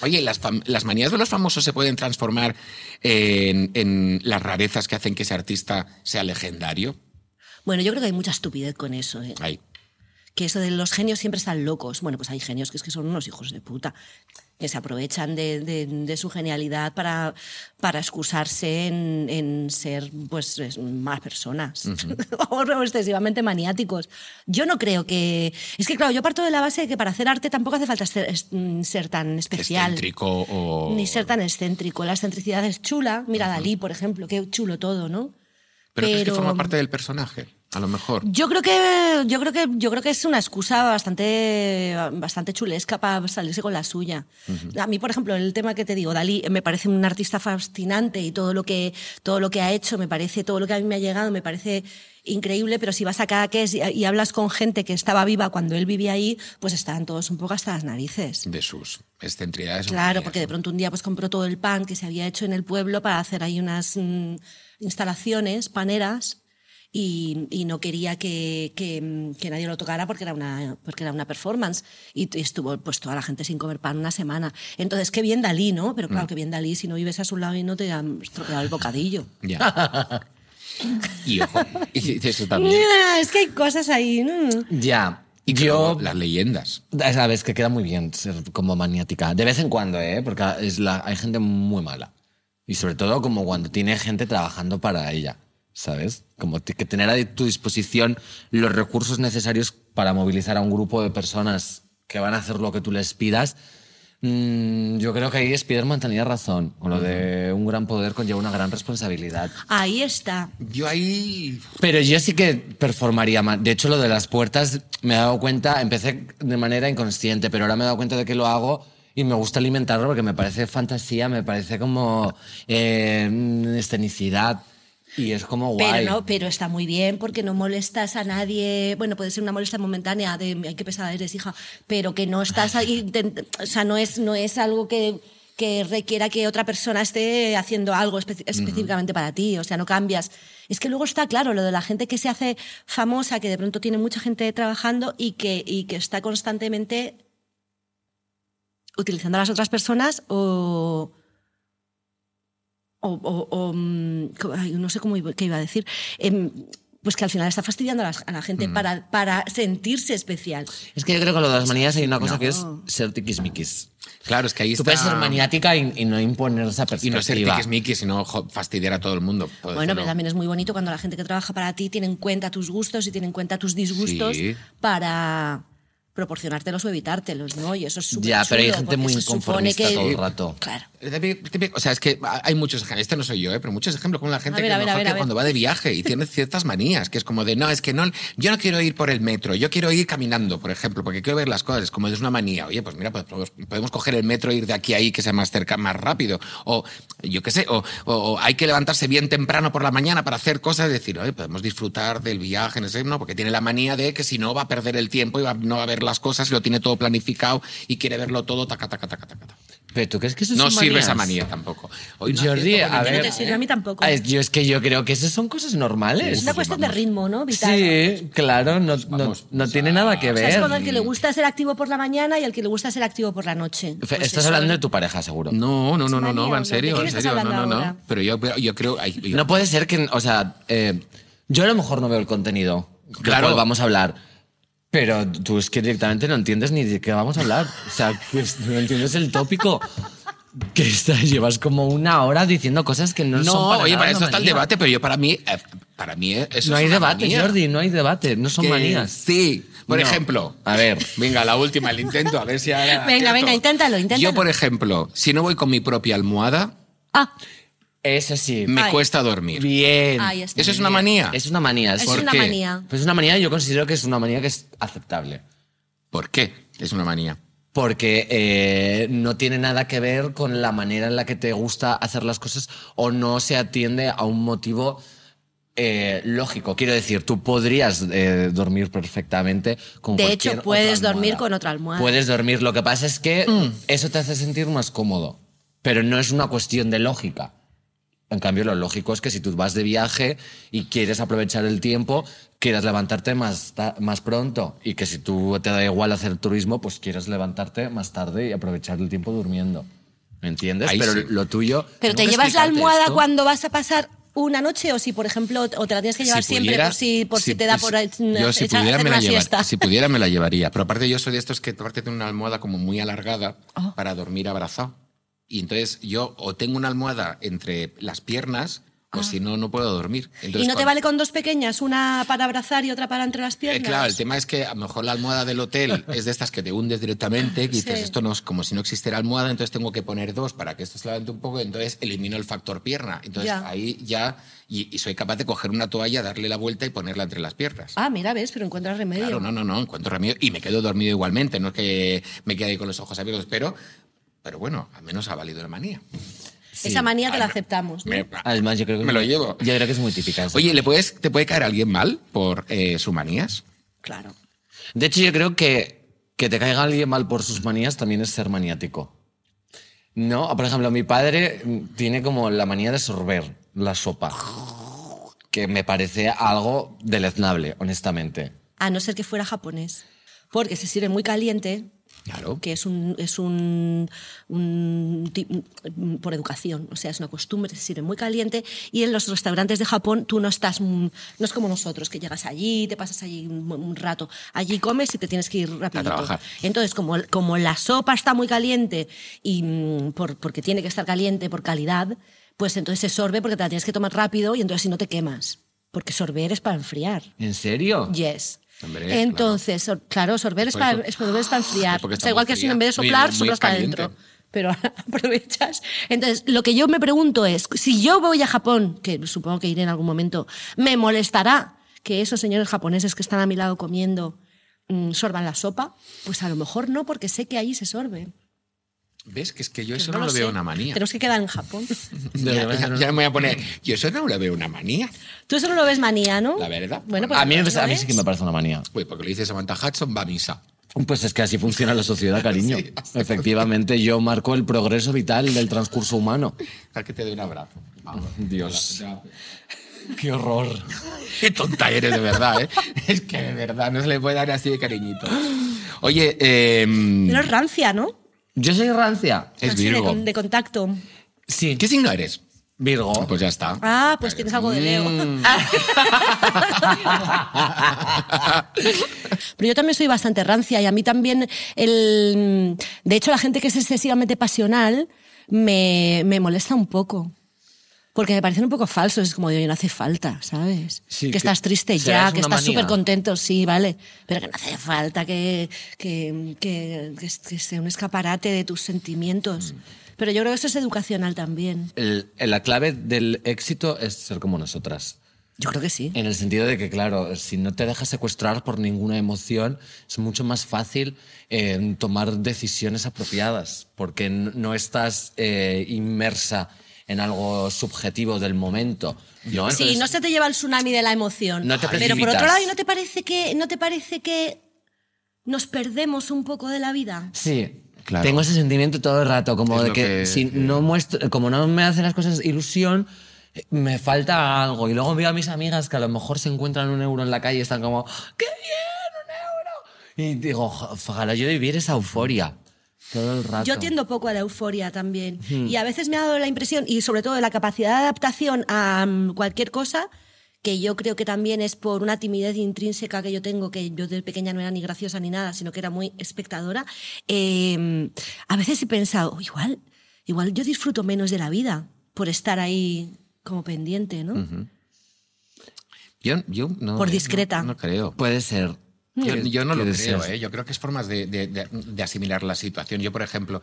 S1: Oye, ¿las, fam- las manías de los famosos se pueden transformar en, en las rarezas que hacen que ese artista sea legendario?
S3: Bueno, yo creo que hay mucha estupidez con eso. ¿eh?
S1: Ay,
S3: que eso de los genios siempre están locos. Bueno, pues hay genios que es que son unos hijos de puta, que se aprovechan de, de- de su genialidad para, para excusarse en, en ser pues es- malas personas [LAUGHS] o excesivamente maniáticos. Yo no creo que... Es que claro, yo parto de la base de que para hacer arte tampoco hace falta ser, es- mm, ser tan especial.
S1: Excéntrico o.
S3: Ni ser tan excéntrico. La excentricidad es chula. Mira Dalí, por ejemplo, qué chulo todo, ¿no?
S1: Pero, crees que forma parte del personaje, a lo mejor.
S3: Yo creo que yo creo que yo creo que es una excusa bastante bastante chulesca para salirse con la suya. A mí, por ejemplo, el tema que te digo, Dalí me parece un artista fascinante y todo lo que todo lo que ha hecho me parece todo lo que a mí me ha llegado me parece increíble, pero si vas a Cadaqués y, y hablas con gente que estaba viva cuando él vivía ahí, pues estaban todos un poco hasta las narices.
S1: De sus excentricidades. o
S3: Claro,
S1: manías,
S3: porque de
S1: ¿no?
S3: pronto un día pues compró todo el pan que se había hecho en el pueblo para hacer ahí unas mm, instalaciones paneras y, y no quería que, que, mm, que nadie lo tocara porque era una, porque era una performance y, t- estuvo pues toda la gente sin comer pan una semana. Entonces, qué bien Dalí, ¿no? Pero
S1: Mm.
S3: claro, qué bien Dalí si no vives a su lado y no te han estropeado el bocadillo.
S1: Ya.
S3: [LAUGHS]
S1: Y ojo, y eso también.
S3: Mira, Ah, es que hay cosas ahí. ¿no?
S2: Ya.
S1: Y
S2: yo.
S1: luego las leyendas.
S2: Sabes que queda muy bien ser como maniática. De vez en cuando, ¿eh? Porque es la, hay gente muy mala. Y sobre todo como cuando tiene gente trabajando para ella, ¿sabes? Como t- que tener a tu disposición los recursos necesarios para movilizar a un grupo de personas que van a hacer lo que tú les pidas. Mm, yo creo que ahí Spiderman tenía razón. Con lo de un gran poder conlleva una gran responsabilidad.
S3: Ahí está.
S1: Yo ahí.
S2: Pero yo sí que performaría más. De hecho, lo de las puertas me he dado cuenta, empecé de manera inconsciente, pero ahora me he dado cuenta de que lo hago y me gusta alimentarlo porque me parece fantasía, me parece como eh, escenicidad y es como guay.
S3: Pero no, pero está muy bien porque no molestas a nadie. Bueno, puede ser una molestia momentánea de ay, qué pesada eres, hija, pero que no estás ahí. intent- o sea, no es, no es algo que, que requiera que otra persona esté haciendo algo espe- específicamente para ti. O sea, no cambias. Es que luego está claro lo de la gente que se hace famosa, que de pronto tiene mucha gente trabajando y que, y que está constantemente utilizando a las otras personas o. O, o- o, mm, co- ay, no sé cómo iba, qué iba a decir. Em, pues que al final está fastidiando a las- a la, gente
S2: Mm.
S3: para, para sentirse especial.
S2: Es que yo creo que lo de las manías hay una cosa que es
S3: No.
S2: ser tiquismiquis.
S1: Claro, es que ahí
S2: Tú
S1: está.
S2: puedes ser maniática y, y no imponer esa
S1: Y
S2: perspectiva.
S1: no ser tiquismiquis, sino jo, fastidiar a todo el mundo. Pues, por
S3: Bueno, pero
S1: decirlo.
S3: también es muy bonito cuando la gente que trabaja para ti tiene en cuenta tus gustos y tiene en cuenta tus disgustos
S1: Sí.
S3: para proporcionártelos o evitártelos, ¿no? Y eso es súper
S2: Ya, pero hay
S3: chulo,
S2: gente
S3: porque
S2: muy
S3: se supone
S2: inconformista
S3: que-
S2: todo el rato.
S3: Claro.
S1: El típico- típico- O sea, es que hay muchos ejemplos, este no soy yo, ¿eh? pero muchos ejemplos como la gente
S3: A ver,
S1: que,
S3: a
S1: a lo
S3: ver,
S1: mejor
S3: a ver,
S1: que
S3: a ver.
S1: cuando va de viaje y tiene ciertas manías, que es como de, no, es que no, yo no quiero ir por el metro, yo quiero ir caminando, por ejemplo, porque quiero ver las cosas, es como es una manía, oye, pues mira, pues, podemos, podemos coger el metro e ir de aquí a ahí, que sea más cerca, más rápido, o yo qué sé, o, o- o hay que levantarse bien temprano por la mañana para hacer cosas, y decir, oye, podemos disfrutar del viaje, no sé, no, porque tiene la manía de que si no va a perder el tiempo y va- no va a ver las cosas, y lo tiene todo planificado y quiere verlo todo, taca, taca, taca, taca. taca.
S2: Pero tú crees que eso
S1: No
S2: son
S1: sirve esa manía
S2: manías?
S1: tampoco. Hoy no
S2: Jordi,
S1: acierto con
S2: a
S1: ninguna,
S2: ver.
S3: No te sirve a mí tampoco.
S2: Ah, es- Yo es que yo creo que esas son cosas normales.
S3: Es una cuestión de ritmo, ¿no? Vital.
S2: Sí, claro, no, no-
S1: Vamos,
S2: no
S1: o sea,
S2: tiene nada que
S3: O sea, es
S2: ver.
S3: como el que le gusta ser activo por la mañana y el que le gusta ser activo por la noche.
S2: Fe-
S3: Pues
S2: Estás
S3: eso,
S2: hablando de tu pareja, seguro. No,
S1: No, no, no, no, no,
S3: manía,
S1: va
S3: ¿no?
S1: en
S3: ¿De
S1: serio,
S3: qué
S1: en
S3: me estás
S1: serio, no, no,
S3: hablando
S1: no.
S3: ahora?
S1: Pero yo, pero yo creo, ay, yo-
S2: puede ser que, o sea, eh, yo a lo mejor no veo el contenido. del
S1: Claro.
S2: cual vamos a hablar. Pero tú es que directamente no entiendes ni de qué vamos a hablar. O sea, [LAUGHS] que es- no entiendes el tópico. Que estás- llevas como una hora diciendo cosas que no,
S1: no,
S2: son para
S1: oye,
S2: nada
S1: para
S2: una
S1: eso está el
S2: manía.
S1: debate, pero yo para mí, eh, para mí eh, eso
S2: No
S1: es
S2: hay
S1: una
S2: debate,
S1: manía.
S2: Jordi, no hay debate. No son
S1: Que
S2: manías.
S1: Sí, por
S2: No.
S1: ejemplo.
S2: A ver.
S1: Venga, la última, el intento, a ver si ahora.
S3: Venga,
S1: acierto.
S3: venga, inténtalo, inténtalo.
S1: Yo, por ejemplo, si no voy con mi propia almohada,
S3: Ah,
S2: Eso sí.
S1: me
S3: Ay.
S1: cuesta dormir.
S2: Bien.
S3: ahí está.
S1: ¿Eso es una manía?
S2: Es una manía.
S3: Es
S2: sí.
S1: ¿Por
S3: una
S1: qué?
S3: manía.
S2: Pues es una manía, yo considero que es una manía que es aceptable.
S1: ¿Por qué? Es una manía.
S2: Porque eh, no tiene nada que ver con la manera en la que te gusta hacer las cosas o no se atiende a un motivo eh, lógico. Quiero decir, tú podrías eh, dormir perfectamente con
S3: De
S2: cualquier
S3: hecho, puedes
S2: otra
S3: dormir
S2: almohada.
S3: con otra almohada. Mm.
S2: Puedes dormir. Lo que pasa es que eso te hace sentir más cómodo. Pero no es una cuestión de lógica. En cambio, lo lógico es que si tú vas de viaje y quieres aprovechar el tiempo, quieras levantarte más, ta- más pronto. Y que si tú te da igual hacer turismo, pues quieras levantarte más tarde y aprovechar el tiempo durmiendo. ¿Me entiendes?
S1: Ahí
S2: Pero
S1: sí.
S2: lo tuyo.
S3: pero
S2: tengo
S3: te
S2: que
S3: llevas la
S2: explicarte
S3: almohada
S2: esto.
S3: cuando vas a pasar una noche o si, por ejemplo, o te la tienes que llevar
S1: Si
S3: siempre
S1: pudiera,
S3: por si, por si, te da por
S1: pues, yo, si
S3: echar-
S1: pudiera,
S3: hacer
S1: me la llevar-
S3: una siesta.
S1: si pudiera,
S3: [LAUGHS]
S1: me la llevaría. Pero aparte yo soy de estos que aparte tengo una almohada como muy alargada
S3: Oh.
S1: para dormir abrazado. Y entonces yo o tengo una almohada entre las piernas o si no, no puedo dormir. Entonces,
S3: Ah. ¿Y no te
S1: cuando-
S3: vale con dos pequeñas, una para abrazar y otra para entre las
S1: Eh,
S3: piernas?
S1: claro, el tema es que a lo mejor la almohada del
S3: [LAUGHS]
S1: hotel es de estas que te hundes directamente, que dices,
S3: Sí.
S1: esto no es como si no existiera almohada, entonces tengo que poner dos para que esto se levante un poco, entonces elimino el factor pierna. Entonces
S3: Ya.
S1: ahí ya, y, y soy capaz de coger una toalla, darle la vuelta y ponerla entre las piernas.
S3: Ah, mira, ves, pero encuentras remedio.
S1: Claro, no, no, no, encuentro remedio y me quedo dormido igualmente, no es que me quede ahí con los ojos abiertos, pero, pero bueno, al menos ha valido la manía.
S3: Esa manía te la
S1: Ay, me-
S3: aceptamos. ¿no?
S1: Me-
S2: Además, yo creo que
S1: Me lo llevo.
S2: Yo creo que es muy típica. esa.
S1: Oye, ¿le puedes, ¿te puede caer alguien mal por eh, sus manías?
S3: Claro.
S2: De hecho, yo creo que que te caiga alguien mal por sus manías también es ser maniático. No, por ejemplo, mi padre mm, tiene como la manía de sorber la sopa, que me parece algo deleznable, honestamente.
S3: A no ser que fuera japonés. Porque se sirve muy caliente,
S1: Claro.
S3: que es un, es un, un ti- un- por educación, o sea, es una costumbre, se sirve muy caliente y en los restaurantes de Japón tú no estás, mm, no es como nosotros, que llegas allí, te pasas allí un, un rato, allí comes y te tienes que ir rapidito.
S1: trabajar.
S3: Entonces, como, como la sopa está muy caliente y mm, por- porque tiene que estar caliente por calidad, pues entonces se sorbe porque te la tienes que tomar rápido y entonces si no te quemas, porque sorber es para enfriar.
S2: ¿En serio?
S3: Yes.
S1: Hombre, claro.
S3: Entonces, sor- claro, sorber es
S1: Por
S3: para,
S1: eso-
S3: es sorber es para enfriar.
S1: Porque
S3: O
S1: está
S3: sea, igual
S1: muy
S3: que si
S1: fría.
S3: en vez de
S1: Muy-
S3: soplar,
S1: muy
S3: soplas para
S1: caliente.
S3: adentro. Pero [LAUGHS] aprovechas. Entonces, lo que yo me pregunto es, si yo voy a Japón, que supongo que iré en algún momento, ¿me molestará que esos señores japoneses que están a mi lado comiendo mm, sorban la sopa? Pues a lo mejor no, porque sé que allí se sorbe.
S1: ¿Ves? Que es que yo
S3: Pero
S1: eso no,
S3: lo
S1: lo veo
S3: sé.
S1: una manía.
S3: Tenemos que quedar
S1: [LAUGHS]
S3: en Japón.
S1: Ya, ya- ya me voy a poner. Yo eso no lo veo una manía.
S3: Tú eso no lo ves manía, ¿no?
S1: La verdad.
S3: Bueno, pues
S2: A mí,
S3: entonces
S2: a
S3: lo
S2: mí sí que
S3: ves.
S2: me parece una manía.
S1: Uy, porque le dice Samantha Hudson, va a misa.
S2: Pues es que así funciona la sociedad, [LAUGHS] cariño. Efectivamente, yo marco el progreso vital del transcurso humano.
S1: Al que te dé un abrazo. Vamos.
S2: [LAUGHS] Dios,
S1: Ya.
S2: qué horror.
S1: Qué tonta eres, de verdad, ¿eh? [LAUGHS] Es que de verdad no se le puede dar así de cariñito. Oye, eh,
S3: Pero es rancia, ¿no?
S2: Yo soy rancia.
S1: es
S3: Así de
S1: Virgo.
S3: con- de contacto.
S2: Sí.
S1: ¿Qué signo eres?
S2: Virgo.
S1: Pues ya está.
S3: Ah, pues tienes algo de Leo.
S2: [LAUGHS]
S3: Pero yo también soy bastante rancia y a mí también el... De hecho, la gente que es excesivamente pasional me, me molesta un poco. Porque me parecen un poco falsos, es como, oye, no hace falta, ¿sabes?
S2: Sí,
S3: que,
S2: que-
S3: estás triste
S2: serás
S3: ya,
S2: una
S3: que estás
S2: manía.
S3: súper contento, sí, vale, pero que no hace falta que, que, que- que- que sea un escaparate de tus
S2: Mm.
S3: sentimientos. Pero yo creo que eso es educacional también.
S2: El- la clave del éxito es ser como nosotras.
S3: Yo creo que sí.
S2: En el sentido de que, claro, si no te dejas secuestrar por ninguna emoción, es mucho más fácil eh, tomar decisiones apropiadas, porque n- no estás eh, inmersa en algo subjetivo del momento. ¿no?
S3: Sí,
S2: Entonces,
S3: no se te lleva el tsunami de la emoción.
S2: No te
S3: Pero por
S2: precipitas.
S3: otro lado, ¿y ¿no te parece que no te parece que nos perdemos un poco de la vida?
S2: Sí.
S1: Claro.
S2: Tengo ese sentimiento todo el rato, como
S1: Es
S2: de
S1: lo
S2: que,
S1: que-
S2: si no muestro, como no me hacen las cosas ilusión, eh, me falta algo. Y luego veo a mis amigas que a lo mejor se encuentran un euro en la calle y están como, ¡qué bien, un euro! Y digo, "Jo- ojalá yo vivir esa euforia todo el rato.
S3: Yo tiendo poco a la euforia también. Y a veces me ha dado la impresión, y sobre todo de la capacidad de adaptación a mm, cualquier cosa, que yo creo que también es por una timidez intrínseca que yo tengo, que yo de pequeña no era ni graciosa ni nada, sino que era muy espectadora. eh, a veces he pensado, "Oh, igual, igual yo disfruto menos de la vida por estar ahí como pendiente, ¿no?
S1: Yo, yo no,
S3: Por
S1: eh,
S3: discreta.
S1: No, no creo.
S2: Puede ser.
S1: Yo,
S2: Puede-
S1: yo no lo
S2: puede
S1: creo,
S2: ser.
S1: ¿eh? Yo creo que es formas de, de- de- de asimilar la situación. Yo, por ejemplo,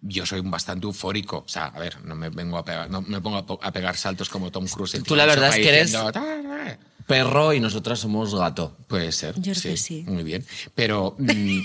S1: yo soy bastante eufórico. O sea, a ver, no me, vengo a pegar, no me pongo a po- a pegar saltos como Tom Cruise. encima
S2: la
S1: del
S2: verdad
S1: sofá
S2: es que eres-
S1: diciendo, "Ta, ta".
S2: Perro y nosotras somos gato.
S1: Puede ser.
S3: Yo creo que sí.
S1: Muy bien. Pero.
S3: [LAUGHS]
S1: mm,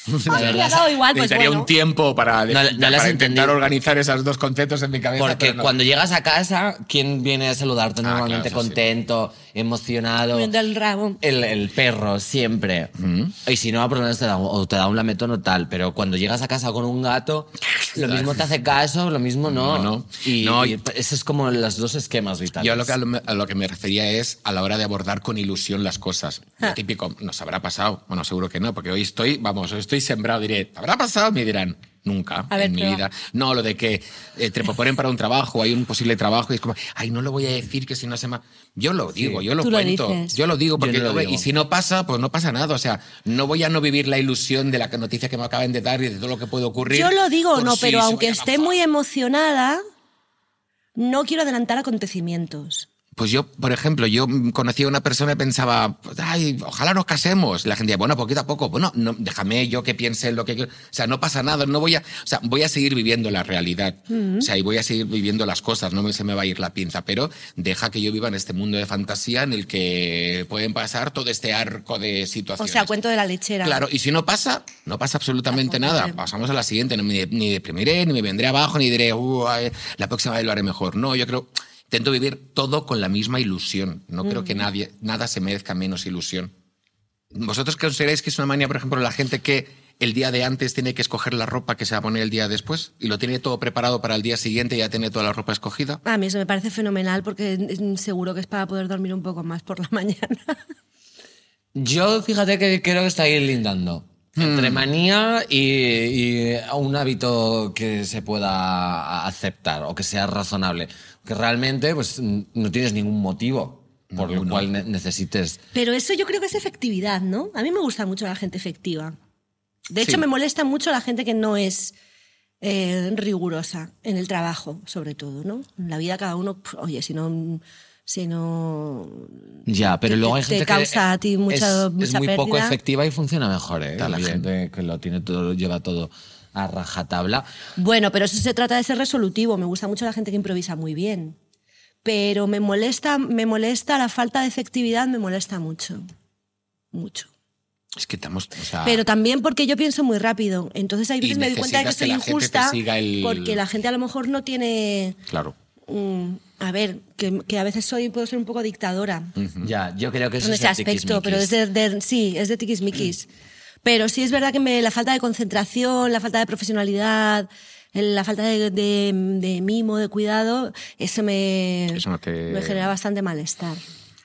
S1: [LAUGHS]
S3: Ah, me ha dado igual, pues
S1: necesitaría
S3: bueno.
S1: un tiempo para,
S2: No, no
S1: para
S2: las
S1: intentar
S2: entendí.
S1: organizar esos dos conceptos en mi cabeza.
S2: Porque
S1: pero no.
S2: cuando llegas a casa, ¿quién viene a saludarte
S1: Ah,
S2: normalmente
S1: claro, eso sí.
S2: contento, emocionado?
S3: Viendo el rabo.
S2: El, el perro, siempre.
S1: Mm.
S2: Y si no, por lo menos te da, un- o te da un lametón o tal. Pero cuando llegas a casa con un gato, lo mismo te hace caso, lo mismo no.
S1: No, no.
S2: Y,
S1: No,
S2: y eso es como los dos esquemas vitales.
S1: Yo a lo, que, a, lo, a lo que me refería es a la hora de abordar con ilusión las cosas. Lo típico, nos habrá pasado. Bueno, seguro que no, porque hoy estoy, vamos, hoy estoy ahí sembrado. Diré, ¿habrá pasado? Me dirán, nunca
S4: A ver,
S1: en mi
S4: prueba.
S1: vida. No, lo de que eh, te proponen para un trabajo, hay un posible trabajo y es como, ay, no lo voy a decir que si no se ma-". Yo lo digo, yo lo
S4: Tú lo
S1: cuento.
S4: dices.
S1: yo lo digo porque,
S2: no lo
S1: hombre,
S2: digo.
S1: y si no pasa, pues no pasa nada. O sea, no voy a no vivir la ilusión de la noticia que me acaban de dar y de todo lo que puede ocurrir.
S3: Yo lo digo,
S1: por
S3: no,
S1: si
S3: pero
S1: se
S3: aunque
S1: vaya a
S3: esté
S1: gafar.
S3: muy emocionada, no quiero adelantar acontecimientos.
S1: Pues yo, por ejemplo, yo mm, conocí a una persona y pensaba, pues, ay, ojalá nos casemos. La gente, bueno, poquito a poco, bueno, no, déjame yo que piense en lo que quiero. O sea, no pasa nada, no voy a, o sea, voy a seguir viviendo la realidad. O sea, y voy a seguir viviendo las cosas, no me, se me va a ir la pinza, pero deja que yo viva en este mundo de fantasía en el que pueden pasar todo este arco de
S3: O
S1: situaciones.
S3: sea, cuento de la lechera.
S1: Claro, y si no pasa, no pasa absolutamente
S3: Tampoco
S1: nada.
S3: te-
S1: Pasamos a la siguiente, no me- ni deprimiré, ni me vendré abajo, ni diré, "Uh, ay, la próxima vez lo haré mejor. No, yo creo, intento vivir todo con la misma ilusión. No creo que nadie, nada se merezca menos ilusión. ¿Vosotros consideráis que es una manía, por ejemplo, la gente que el día de antes tiene que escoger la ropa que se va a poner el día después y lo tiene todo preparado para el día siguiente y ya tiene toda la ropa escogida?
S3: A mí eso me parece fenomenal porque mm, seguro que es para poder dormir un poco más por la [LAUGHS] mañana.
S2: Yo fíjate que creo que está ahí lindando.
S1: Mm.
S2: Entre manía y, y un hábito que se pueda aceptar o que sea razonable. Que realmente pues, no tienes ningún motivo por el cual ne- necesites.
S3: Pero eso yo creo que es efectividad, ¿no? A mí me gusta mucho la gente efectiva. De hecho,
S1: Sí.
S3: me molesta mucho la gente que no es eh, rigurosa en el trabajo, sobre todo, ¿no? En la vida cada uno, pf, oye, si no, si no
S2: Ya, pero
S3: Te-
S2: luego hay
S3: te
S2: gente
S3: causa
S2: que
S3: a ti mucha-
S2: es, es
S3: mucha
S2: muy poco
S3: pérdida.
S2: efectiva y funciona mejor, ¿eh? La
S1: También.
S2: gente que lo tiene todo, lo lleva todo a rajatabla.
S3: Bueno, pero eso se trata de ser resolutivo. Me gusta mucho la gente que improvisa muy bien. Pero me molesta, me molesta la falta de efectividad, me molesta mucho. Mucho.
S1: Es que estamos, o sea,
S3: Pero también porque yo pienso muy rápido. Entonces hay
S1: Ah. Y
S3: veces me doy cuenta de que
S1: necesitas que
S3: soy
S1: la gente te
S3: injusta
S1: siga el-
S3: porque la gente a lo mejor no tiene.
S1: claro.
S3: mm, a ver, que, que a veces soy, puedo ser un poco dictadora
S2: Ya, yo creo que eso
S3: en
S2: es
S3: ese
S2: el
S3: aspecto,
S2: tiquismiquis.
S3: pero es de, de- sí, es de tiquismiquis.
S1: Mm.
S3: Pero sí es verdad que me, la falta de concentración, la falta de profesionalidad, el- la falta de, de- de mimo, de cuidado, eso me,
S1: Eso no te-
S3: me genera bastante malestar.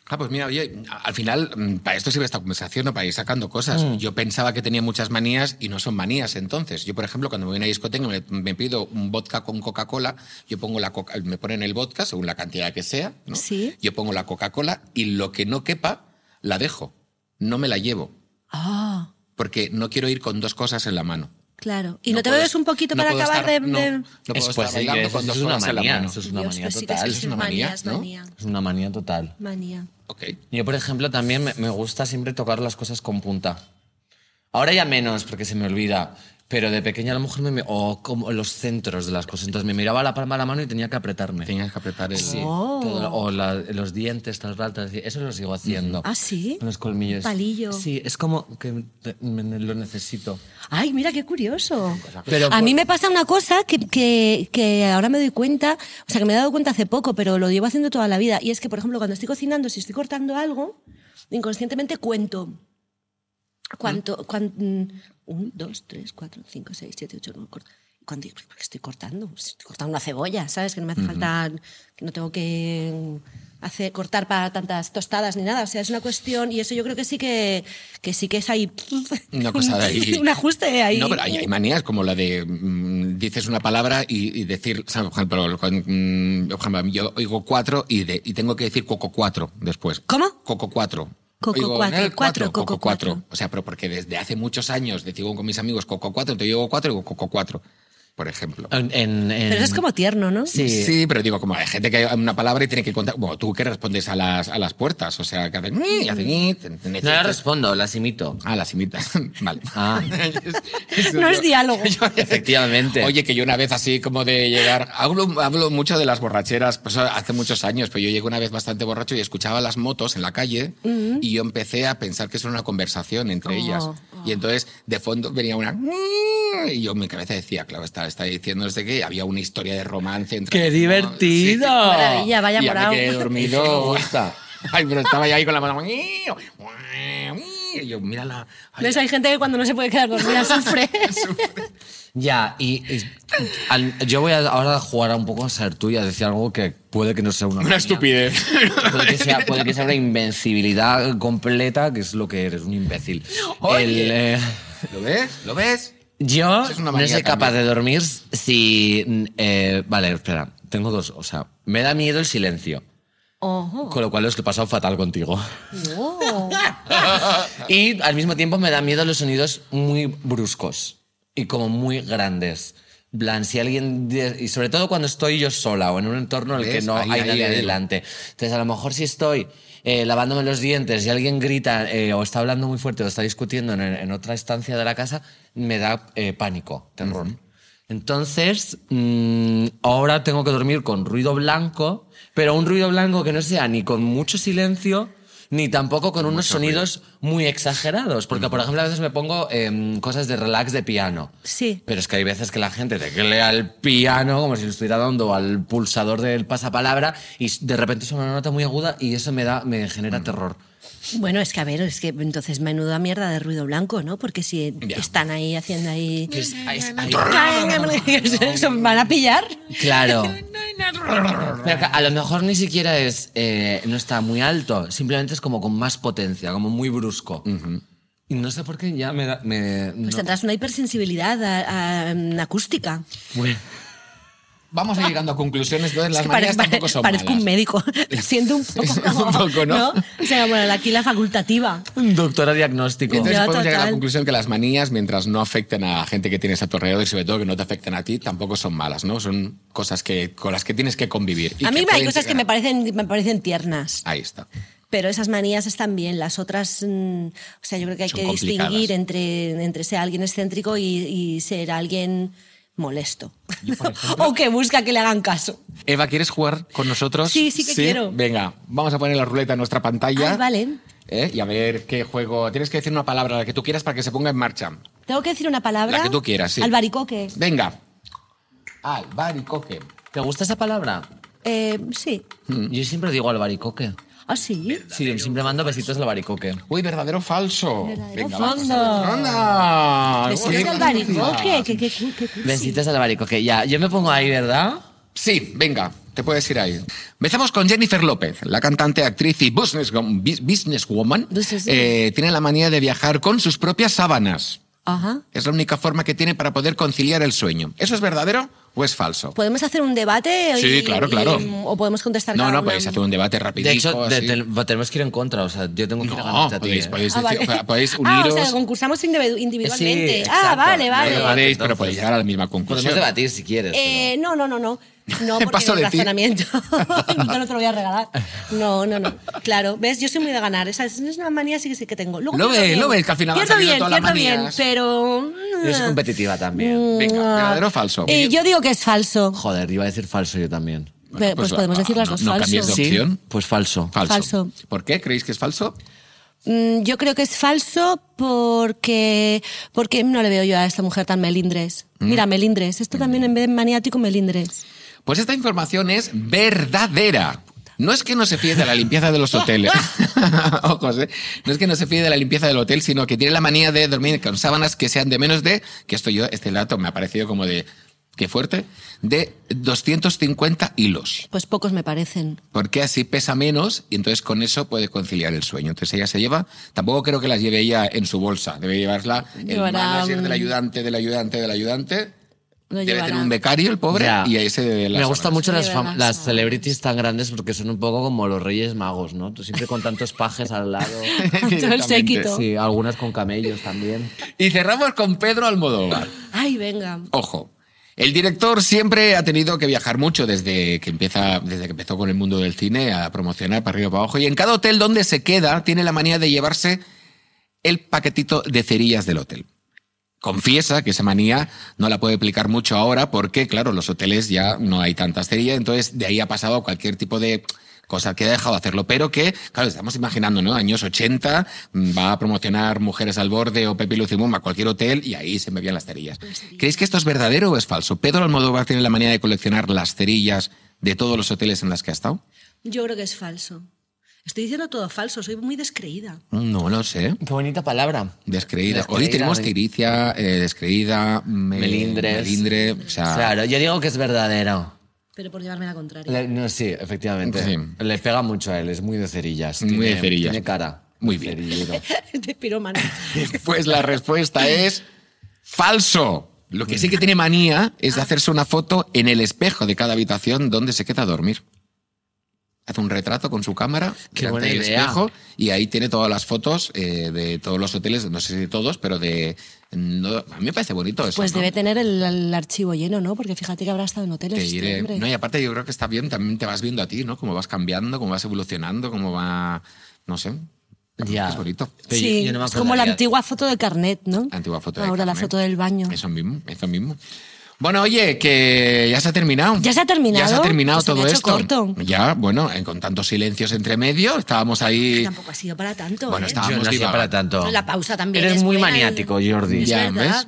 S1: Ah, pues mira, oye, al final, mm, para esto sirve esta conversación, ¿no? para ir sacando cosas.
S3: Mm.
S1: Yo pensaba que tenía muchas manías y no son manías entonces. Yo, por ejemplo, cuando me voy a una discoteca me, me pido un vodka con Coca-Cola, yo pongo la coca me ponen el vodka, según la cantidad que sea, ¿no?
S3: Sí.
S1: yo pongo la Coca-Cola y lo que no quepa, la dejo. No me la llevo,
S3: Ah,
S1: porque no quiero ir con dos cosas en la mano.
S3: claro. ¿Y no, te
S1: puedo-
S3: bebes un poquito
S1: no
S3: para
S1: puedo
S3: acabar
S1: estar-
S3: de...?
S1: No,
S3: de-
S1: no puedo
S2: Es-
S1: estar
S2: pues sí,
S1: bailando
S2: eso
S1: con dos
S2: es una
S1: cosas en la
S2: manía,
S1: mano.
S2: eso es una
S3: Dios,
S2: manía
S3: pues sí que
S2: total.
S3: sois
S1: es una manía,
S3: manías,
S1: ¿no?
S3: manía,
S2: Es una manía total.
S3: manía.
S1: Ok.
S2: Yo, por ejemplo, también me, me gusta siempre tocar las cosas con punta. Ahora ya menos, porque se me olvida. Pero de pequeña a lo mejor me... me- O como los centros de las cosas. Entonces me miraba la palma de la mano y tenía que apretarme.
S1: Tenías que apretar el...
S2: Sí,
S3: Oh.
S2: todo lo- o la- los dientes, las ratas, eso lo sigo haciendo.
S3: ¿Ah, sí?
S2: Con los colmillos.
S3: Palillo.
S2: Sí, es como que te- me- lo necesito.
S3: Ay, mira qué curioso.
S2: Pero
S3: a
S2: por-
S3: mí me pasa una cosa que, que- que ahora me doy cuenta, o sea, que me he dado cuenta hace poco, pero lo llevo haciendo toda la vida. Y es que, por ejemplo, cuando estoy cocinando, si estoy cortando algo, inconscientemente cuento. ¿Cuánto? cuán- mm, un, dos, tres, cuatro, cinco, seis, siete, ocho, nueve, corto. Cuando digo, "¿Pero qué estoy cortando, Pues estoy cortando una cebolla, ¿sabes? Que no me hace falta, que no tengo que hacer, cortar para tantas tostadas ni nada. O sea, es una cuestión, y eso yo creo que sí que, que sí que es ahí. [LAUGHS]
S1: Una cosa de ahí.
S3: un ajuste eh, ahí.
S1: No, pero hay, hay manías como la de mm, dices una palabra y, y decir, o sea, por ejemplo, con, mm, por ejemplo, yo oigo cuatro y, de- y tengo que decir coco cuatro después.
S3: ¿Cómo?
S1: Coco cuatro.
S3: Coco
S1: Oigo,
S3: cuatro,
S1: "Eh,
S3: cuatro, coco
S1: coco cuatro.
S3: cuatro.
S1: O sea, pero porque desde hace muchos años decido con mis amigos coco cuatro, entonces yo digo cuatro y digo coco cuatro, por ejemplo.
S2: En, en- en-
S3: Pero eso es como tierno, ¿no?
S2: Sí.
S1: Sí, pero digo, como hay gente que hay una palabra y tiene que contar. Bueno, tú que respondes a las, a las puertas, o sea, que hacen. "Mm", y hacen "Mm", ten- ten-
S2: No las respondo, las imito.
S1: Ah, las imitas. [LAUGHS] vale.
S2: Ah,
S3: [LAUGHS] No
S1: [LAUGHS]
S3: es diálogo.
S2: efectivamente. [LAUGHS]
S1: Oye, que yo una vez así como de llegar, hablo, hablo mucho de las borracheras, pues hace muchos años, pero yo llegué una vez bastante borracho y escuchaba las motos en la calle y yo empecé a pensar que eso era una conversación entre
S3: Oh,
S1: ellas.
S3: oh.
S1: Y entonces de fondo venía una... Y yo en mi cabeza decía, claro, está, está diciendo desde que había una historia de romance entre...
S2: ¡Qué
S1: ¿no?
S2: divertido!
S1: Sí.
S3: Maravilla, vaya
S1: Y ya me
S3: morado. [LAUGHS]
S1: quedé
S2: Me
S1: dormido.
S2: gusta.
S1: Ay, pero estaba ya ahí con la mano... Y yo, mírala. ay,
S3: ¿Ves? Hay gente que cuando no se puede quedar
S1: [LAUGHS]
S3: dormida sufre.
S2: Ya, y, y al- yo voy a ahora a jugar a un poco a ser tú y a decir algo que puede que [LAUGHS] no sea una.
S1: Una
S2: manía.
S1: estupidez.
S2: Puede que, sea, puede que sea una invencibilidad completa, que es lo que eres, un imbécil.
S1: Oye.
S2: El, eh,
S1: ¿Lo ves? ¿Lo ves?
S2: yo
S1: Eso es una
S2: no
S1: manía
S2: soy capaz
S1: también.
S2: de dormir si. mm, eh, vale, espera, tengo dos. O sea, me da miedo el silencio,
S3: Ojo.
S2: con lo cual es que he pasado fatal contigo.
S3: Oh.
S2: Y al mismo tiempo me da miedo los sonidos muy bruscos y como muy grandes. En Plan, si alguien. de- y sobre todo cuando estoy yo sola o en un entorno en el que
S1: ¿Ves?
S2: no
S1: Ahí,
S2: hay
S1: ahí,
S2: nadie
S1: ahí.
S2: adelante. Entonces, a lo mejor si estoy eh, lavándome los dientes y alguien grita eh, o está hablando muy fuerte o está discutiendo en, en otra estancia de la casa, me da eh, pánico, terror. Entonces, mm, ahora tengo que dormir con ruido blanco, pero un ruido blanco que no sea ni con mucho silencio, ni tampoco con unos sonidos muy exagerados. Porque, por ejemplo, a veces me pongo em, cosas de relax de piano.
S3: Sí.
S2: Pero es que hay veces que la gente teclea al piano como si le estuviera dando al pulsador del pasapalabra y de repente suena una nota muy aguda y eso me, da, me genera terror.
S3: Bueno, es que a ver, es que entonces menuda mierda de ruido blanco, ¿no? Porque si están ahí haciendo ahí. Eso [LAUGHS] van a pillar. [LAUGHS]
S2: Claro. Pero que a lo mejor ni siquiera es. eh, no está muy alto, simplemente es como con más potencia, como muy brusco. Y no sé por qué ya me. da- me
S3: Pues
S2: no-
S3: tendrás una hipersensibilidad a- a- mm, acústica.
S2: [LAUGHS] Bueno.
S1: Vamos a ir llegando a conclusiones, entonces
S3: Es
S1: las
S3: que
S1: manías
S3: parez-
S1: tampoco son
S3: parezco un
S1: malas. [LAUGHS]
S3: médico. [LAUGHS] Siento un poco.
S1: Un poco, ¿no?
S3: O sea, bueno, aquí la facultativa.
S2: Doctora diagnóstico.
S1: Entonces
S3: Ya,
S1: podemos llegar a la
S3: total.
S1: conclusión que las manías, mientras no afecten a la gente que tienes a tu alrededor y sobre todo que no te afecten a ti, tampoco son malas, ¿no? Son cosas que, con las que tienes que convivir. y
S3: A
S1: que
S3: mí hay
S1: pueden
S3: cosas que me
S1: llegar a-
S3: parecen, me parecen tiernas.
S1: Ahí está.
S3: Pero esas manías están bien, las otras, mm, o sea, yo creo que hay
S1: Son
S3: que
S1: complicadas.
S3: distinguir entre, entre ser alguien excéntrico y, y ser alguien molesto. [LAUGHS] o que busca que le hagan caso.
S1: Eva, ¿quieres jugar con nosotros?
S3: Sí, sí que quiero.
S1: Venga, vamos a poner la ruleta en nuestra pantalla.
S3: Ay, vale.
S1: ¿Eh? Y a ver qué juego. Tienes que decir una palabra, la que tú quieras, para que se ponga en marcha.
S3: Tengo que decir una palabra.
S1: La que tú quieras, sí.
S3: Albaricoque.
S1: Venga. Albaricoque.
S2: ¿Te gusta esa palabra?
S3: Eh, sí.
S2: Yo siempre digo albaricoque.
S3: Ah, sí.
S2: Sí, siempre mando besitos al albaricoque.
S1: Uy, verdadero o falso.
S3: Verdadero
S1: Venga,
S3: o
S1: vamos a
S3: falso.
S1: ver. Ronda.
S3: Besitos
S1: Uy,
S3: de albaricoque. Qué, qué, qué, qué cursi.
S2: Besitos al albaricoque. Ya, yo me pongo ahí, ¿verdad?
S1: Sí, venga, te puedes ir ahí. Empezamos con Jennifer López, la cantante, actriz y business- bis- businesswoman.
S3: Business-
S1: Eh, tiene la manía de viajar con sus propias sábanas.
S3: Ajá.
S1: Es la única forma que tiene para poder conciliar el sueño. ¿Eso es verdadero o es falso?
S3: ¿Podemos hacer un debate? y-
S1: Sí, claro,
S3: y- mm,
S1: claro.
S3: o podemos contestar
S1: No,
S3: cada
S1: no,
S3: una?
S1: podéis hacer un debate rapidito.
S2: De hecho, de-
S1: así.
S2: te- tenemos que ir en contra. O sea, yo tengo que ir a
S1: no,
S2: ganarte a ti,
S1: podéis,
S2: ¿eh?
S1: podéis,
S3: Ah,
S1: decir-
S3: vale.
S1: o sea, podéis
S3: Ah, o sea,
S1: uniros.
S3: concursamos individu- individualmente. ah,
S2: exacto.
S3: vale,
S1: No
S3: vale.
S1: lo haréis, pero
S2: Entonces,
S1: podéis llegar a la misma conclusión.
S2: Podemos debatir si quieres.
S3: Eh, no, no, no, no.
S1: [LAUGHS]
S3: No,
S1: Me
S3: porque
S1: paso
S3: el
S1: de ti. [LAUGHS]
S3: razonamiento. [LAUGHS] no, no te lo voy a regalar. No, no, no. Claro, ves, yo soy muy de ganar. Esa es es una manía sí que sí que tengo. Luego
S1: Lo
S3: pierdo
S1: ves,
S3: bien.
S1: lo ves, que al final van
S3: Pierdo
S1: saliendo todas
S3: bien,
S1: las
S3: pierdo bien,
S1: manías.
S3: pero. mm,
S2: pero- Yo soy competitiva también.
S1: Venga, ¿verdadero o falso?
S3: Eh, yo digo que es falso.
S2: Joder, iba a decir falso yo también.
S3: Pe- pues,
S1: va,
S3: podemos
S1: va,
S3: decir las
S1: no-
S3: dos
S1: no cambiéis
S3: falso.
S1: de opción.
S2: Pues falso.
S1: Falso.
S3: Falso.
S1: ¿Por qué? ¿Creéis que es falso?
S3: Mm, Yo creo que es falso porque, porque no le veo yo a esta mujer tan melindres.
S1: Mm.
S3: Mira, melindres. Esto también en vez de maniático, melindres.
S1: Pues esta información es verdadera. No es que no se fíe de la limpieza de los
S3: [LAUGHS]
S1: hoteles. [LAUGHS] Ojos, ¿eh? No es que no se fíe de la limpieza del hotel, sino que tiene la manía de dormir con sábanas que sean de menos de, que esto yo, este dato me ha parecido como de, qué fuerte, de 250 hilos.
S3: Pues pocos me parecen.
S1: Porque así pesa menos y entonces con eso puede conciliar el sueño. Entonces ella se lleva, tampoco creo que las lleve ella en su bolsa, debe llevarla el
S3: Llevará
S1: manager
S3: un-
S1: del ayudante, del ayudante, del ayudante.
S3: Lo
S1: Debe tener
S3: llevará.
S1: un becario, el pobre,
S2: Ya.
S1: y ahí se debe las
S2: Me gustan
S1: [LAUGHS] sábanas.
S2: mucho las,
S3: Sí,
S2: fam-
S3: verdad,
S2: las
S3: sí.
S2: celebrities tan grandes porque son un poco como los reyes magos, ¿no? Tú siempre con tantos pajes al
S3: [LAUGHS]
S2: lado.
S3: [LAUGHS] Todo el séquito.
S2: Sí, algunas con camellos también.
S1: Y cerramos con Pedro Almodóvar.
S3: Ay, venga.
S1: Ojo. El director siempre ha tenido que viajar mucho desde que, empieza, desde que empezó con el mundo del cine a promocionar para arriba y para abajo. Y en cada hotel donde se queda tiene la manía de llevarse el paquetito de cerillas del hotel. Confiesa que esa manía no la puede aplicar mucho ahora porque, claro, los hoteles ya no hay tantas cerillas, entonces de ahí ha pasado a cualquier tipo de cosa que ha dejado de hacerlo, pero que, claro, estamos imaginando, ¿no? Años 80, mm, va a promocionar Mujeres al Borde o Pepe Lucimum a cualquier hotel y ahí se me veían las cerillas. ¿Creéis que esto es verdadero o es falso? ¿Pedro Almodóvar tiene la manía de coleccionar las cerillas de todos los hoteles en las que ha estado?
S3: Yo creo que es falso. Estoy diciendo todo falso, soy muy descreída.
S1: No lo sé.
S2: Qué bonita palabra.
S1: Descreída.
S2: Descreída,
S1: Hoy tenemos
S2: ¿eh?
S1: tiricia, eh, descreída, me-
S2: Melindres.
S1: melindre, o sea,
S2: Claro, yo digo que es verdadero.
S3: Pero por llevarme la contraria.
S2: Le- no, sí, efectivamente.
S1: Sí.
S2: Le pega mucho a él, es muy de cerillas.
S1: Muy
S2: tiene-
S1: de cerillas.
S2: Tiene cara.
S1: Muy
S2: de
S1: bien. [LAUGHS]
S2: cerillero.
S3: [LAUGHS] de piromana.
S1: Pues la respuesta es falso. Lo que sí que tiene manía es de hacerse una foto en el espejo de cada habitación donde se queda a dormir. Hace un retrato con su cámara
S2: Qué
S1: delante
S2: buena
S1: del
S2: idea.
S1: espejo y ahí tiene todas las fotos eh, de todos los hoteles, no sé si de todos, pero de... no- a mí me parece bonito eso.
S3: Pues
S1: ¿no?
S3: debe tener el, el archivo lleno, ¿no? Porque fíjate que habrá estado en hoteles.
S1: Te
S3: este
S1: diré.
S3: hombre.
S1: No, y aparte yo creo que está bien, también te vas viendo a ti, ¿no? Cómo vas cambiando, cómo vas evolucionando, cómo va... No sé.
S2: Ya.
S1: Es bonito.
S2: Pero yo-
S3: sí,
S2: yo no me
S3: es como la
S2: acordaría.
S3: antigua foto de carnet, ¿no?
S1: La antigua foto de
S3: Ahora la
S1: carnet.
S3: foto del baño.
S1: Eso mismo, eso mismo. Bueno, oye, que ya se ha terminado.
S3: ¿Ya se ha terminado?
S1: Ya se ha terminado
S3: Pues se me
S1: todo
S3: ha hecho
S1: esto.
S3: corto.
S1: Ya, bueno, eh, con tantos silencios entre medio, estábamos ahí.
S3: Tampoco ha sido para tanto.
S1: Bueno,
S3: ¿eh?
S1: está-
S2: Yo no
S1: Vamos,
S2: hacía
S1: divaga.
S2: para tanto.
S3: La pausa también.
S2: Eres
S3: es
S2: muy
S3: buena y-
S2: maniático, Jordi.
S3: Es
S1: Ya,
S3: verdad.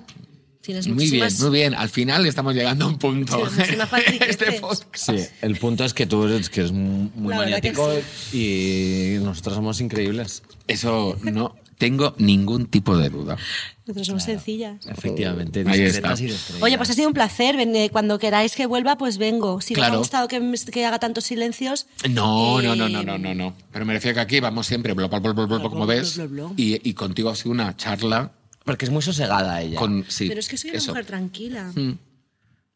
S3: Tienes
S1: Muy bien,
S3: muchísimas-
S1: muy bien. Al final estamos llegando a un punto.
S3: Sí, muchísimas
S1: este
S3: faltriqueces.
S1: podcast.
S2: Sí, el punto es que tú eres, que eres muy muy
S3: La verdad que
S2: maniático y nosotros somos increíbles.
S1: Eso no tengo ningún tipo de duda.
S3: [LAUGHS] Nosotros somos sencillas.
S2: Efectivamente,
S1: Ahí
S2: discretas
S1: está.
S2: y destruidas.
S3: Oye, pues ha sido un placer. Ven, eh, Cuando queráis que vuelva, pues vengo. Si os
S1: Claro.
S3: ha gustado que, me- que haga tantos silencios.
S1: No,
S3: eh,
S1: no, no, no, no, no, no. Pero me refiero que aquí vamos siempre, bla, bla, bla, bla, bla, como
S3: bla,
S1: ves.
S3: bla, bla.
S1: Y, y contigo ha sido una charla
S2: Porque es muy sosegada ella.
S1: con. Sí,
S3: Pero es que soy una
S1: eso.
S3: mujer tranquila.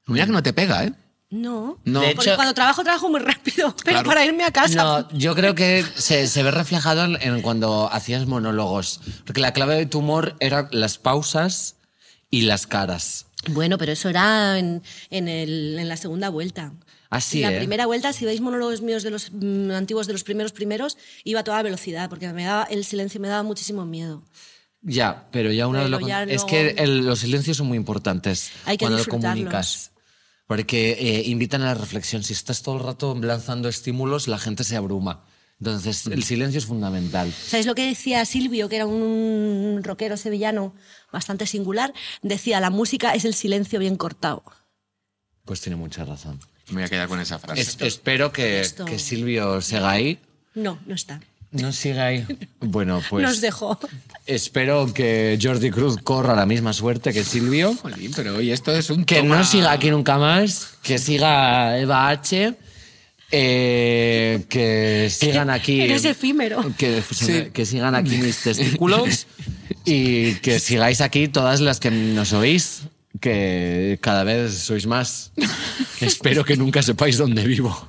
S1: Mira que no te pega, ¿eh?
S3: No.
S1: No.
S2: De
S3: Porque
S2: hecho-
S3: cuando trabajo, trabajo muy rápido. [LAUGHS] Pero
S1: Claro.
S3: para irme a casa.
S2: No, yo creo que se, se ve reflejado en, en cuando hacías monólogos. Porque la clave de tu humor eran las pausas y las caras.
S3: Bueno, pero eso era en, en el- en la segunda vuelta.
S2: Así,
S3: La
S2: ¿eh?
S3: primera vuelta, si veis monólogos míos de los mm, antiguos, de los primeros primeros, iba a toda velocidad, porque me daba, el silencio me daba muchísimo miedo.
S2: Ya, pero ya una vez
S3: Pero
S2: lo con-
S3: ya
S2: Es
S3: luego-
S2: que el- los silencios son muy importantes
S3: Hay que
S2: cuando lo
S3: disfrutarlos.
S2: comunicas. Porque eh, invitan a la reflexión. Si estás todo el rato lanzando estímulos, la gente se abruma. Entonces, el silencio es fundamental.
S3: ¿Sabéis lo que decía Silvio, que era un rockero sevillano bastante singular? Decía, la música es el silencio bien cortado.
S2: Pues tiene mucha razón.
S1: Me voy a quedar con esa frase.
S2: Es- espero que,
S3: Esto-
S2: que Silvio siga ahí.
S3: No, no está.
S2: No siga ahí. Bueno, pues.
S3: Nos dejó.
S2: Espero que Jordi Cruz corra la misma suerte que Silvio.
S1: Jolín, pero oye, esto es un
S2: Que
S1: toma-
S2: no siga aquí nunca más. Que siga Eva H. eh, que sigan aquí.
S3: [LAUGHS] Eres efímero.
S2: Que, que sigan aquí [LAUGHS] mis testículos. y que sigáis aquí todas las que nos oís. Que cada vez sois más. Espero que nunca sepáis dónde vivo.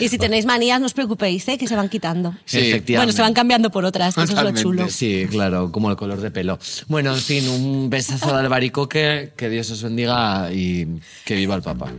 S3: Y si tenéis manías, no os preocupéis, ¿eh? que se van quitando.
S1: Sí.
S3: Bueno, se van cambiando por otras, que eso es lo
S1: Totalmente.
S3: chulo.
S2: Sí, claro, como el color de pelo. Bueno, en fin, un besazo de albaricoque, que Dios os bendiga y que viva el Papa.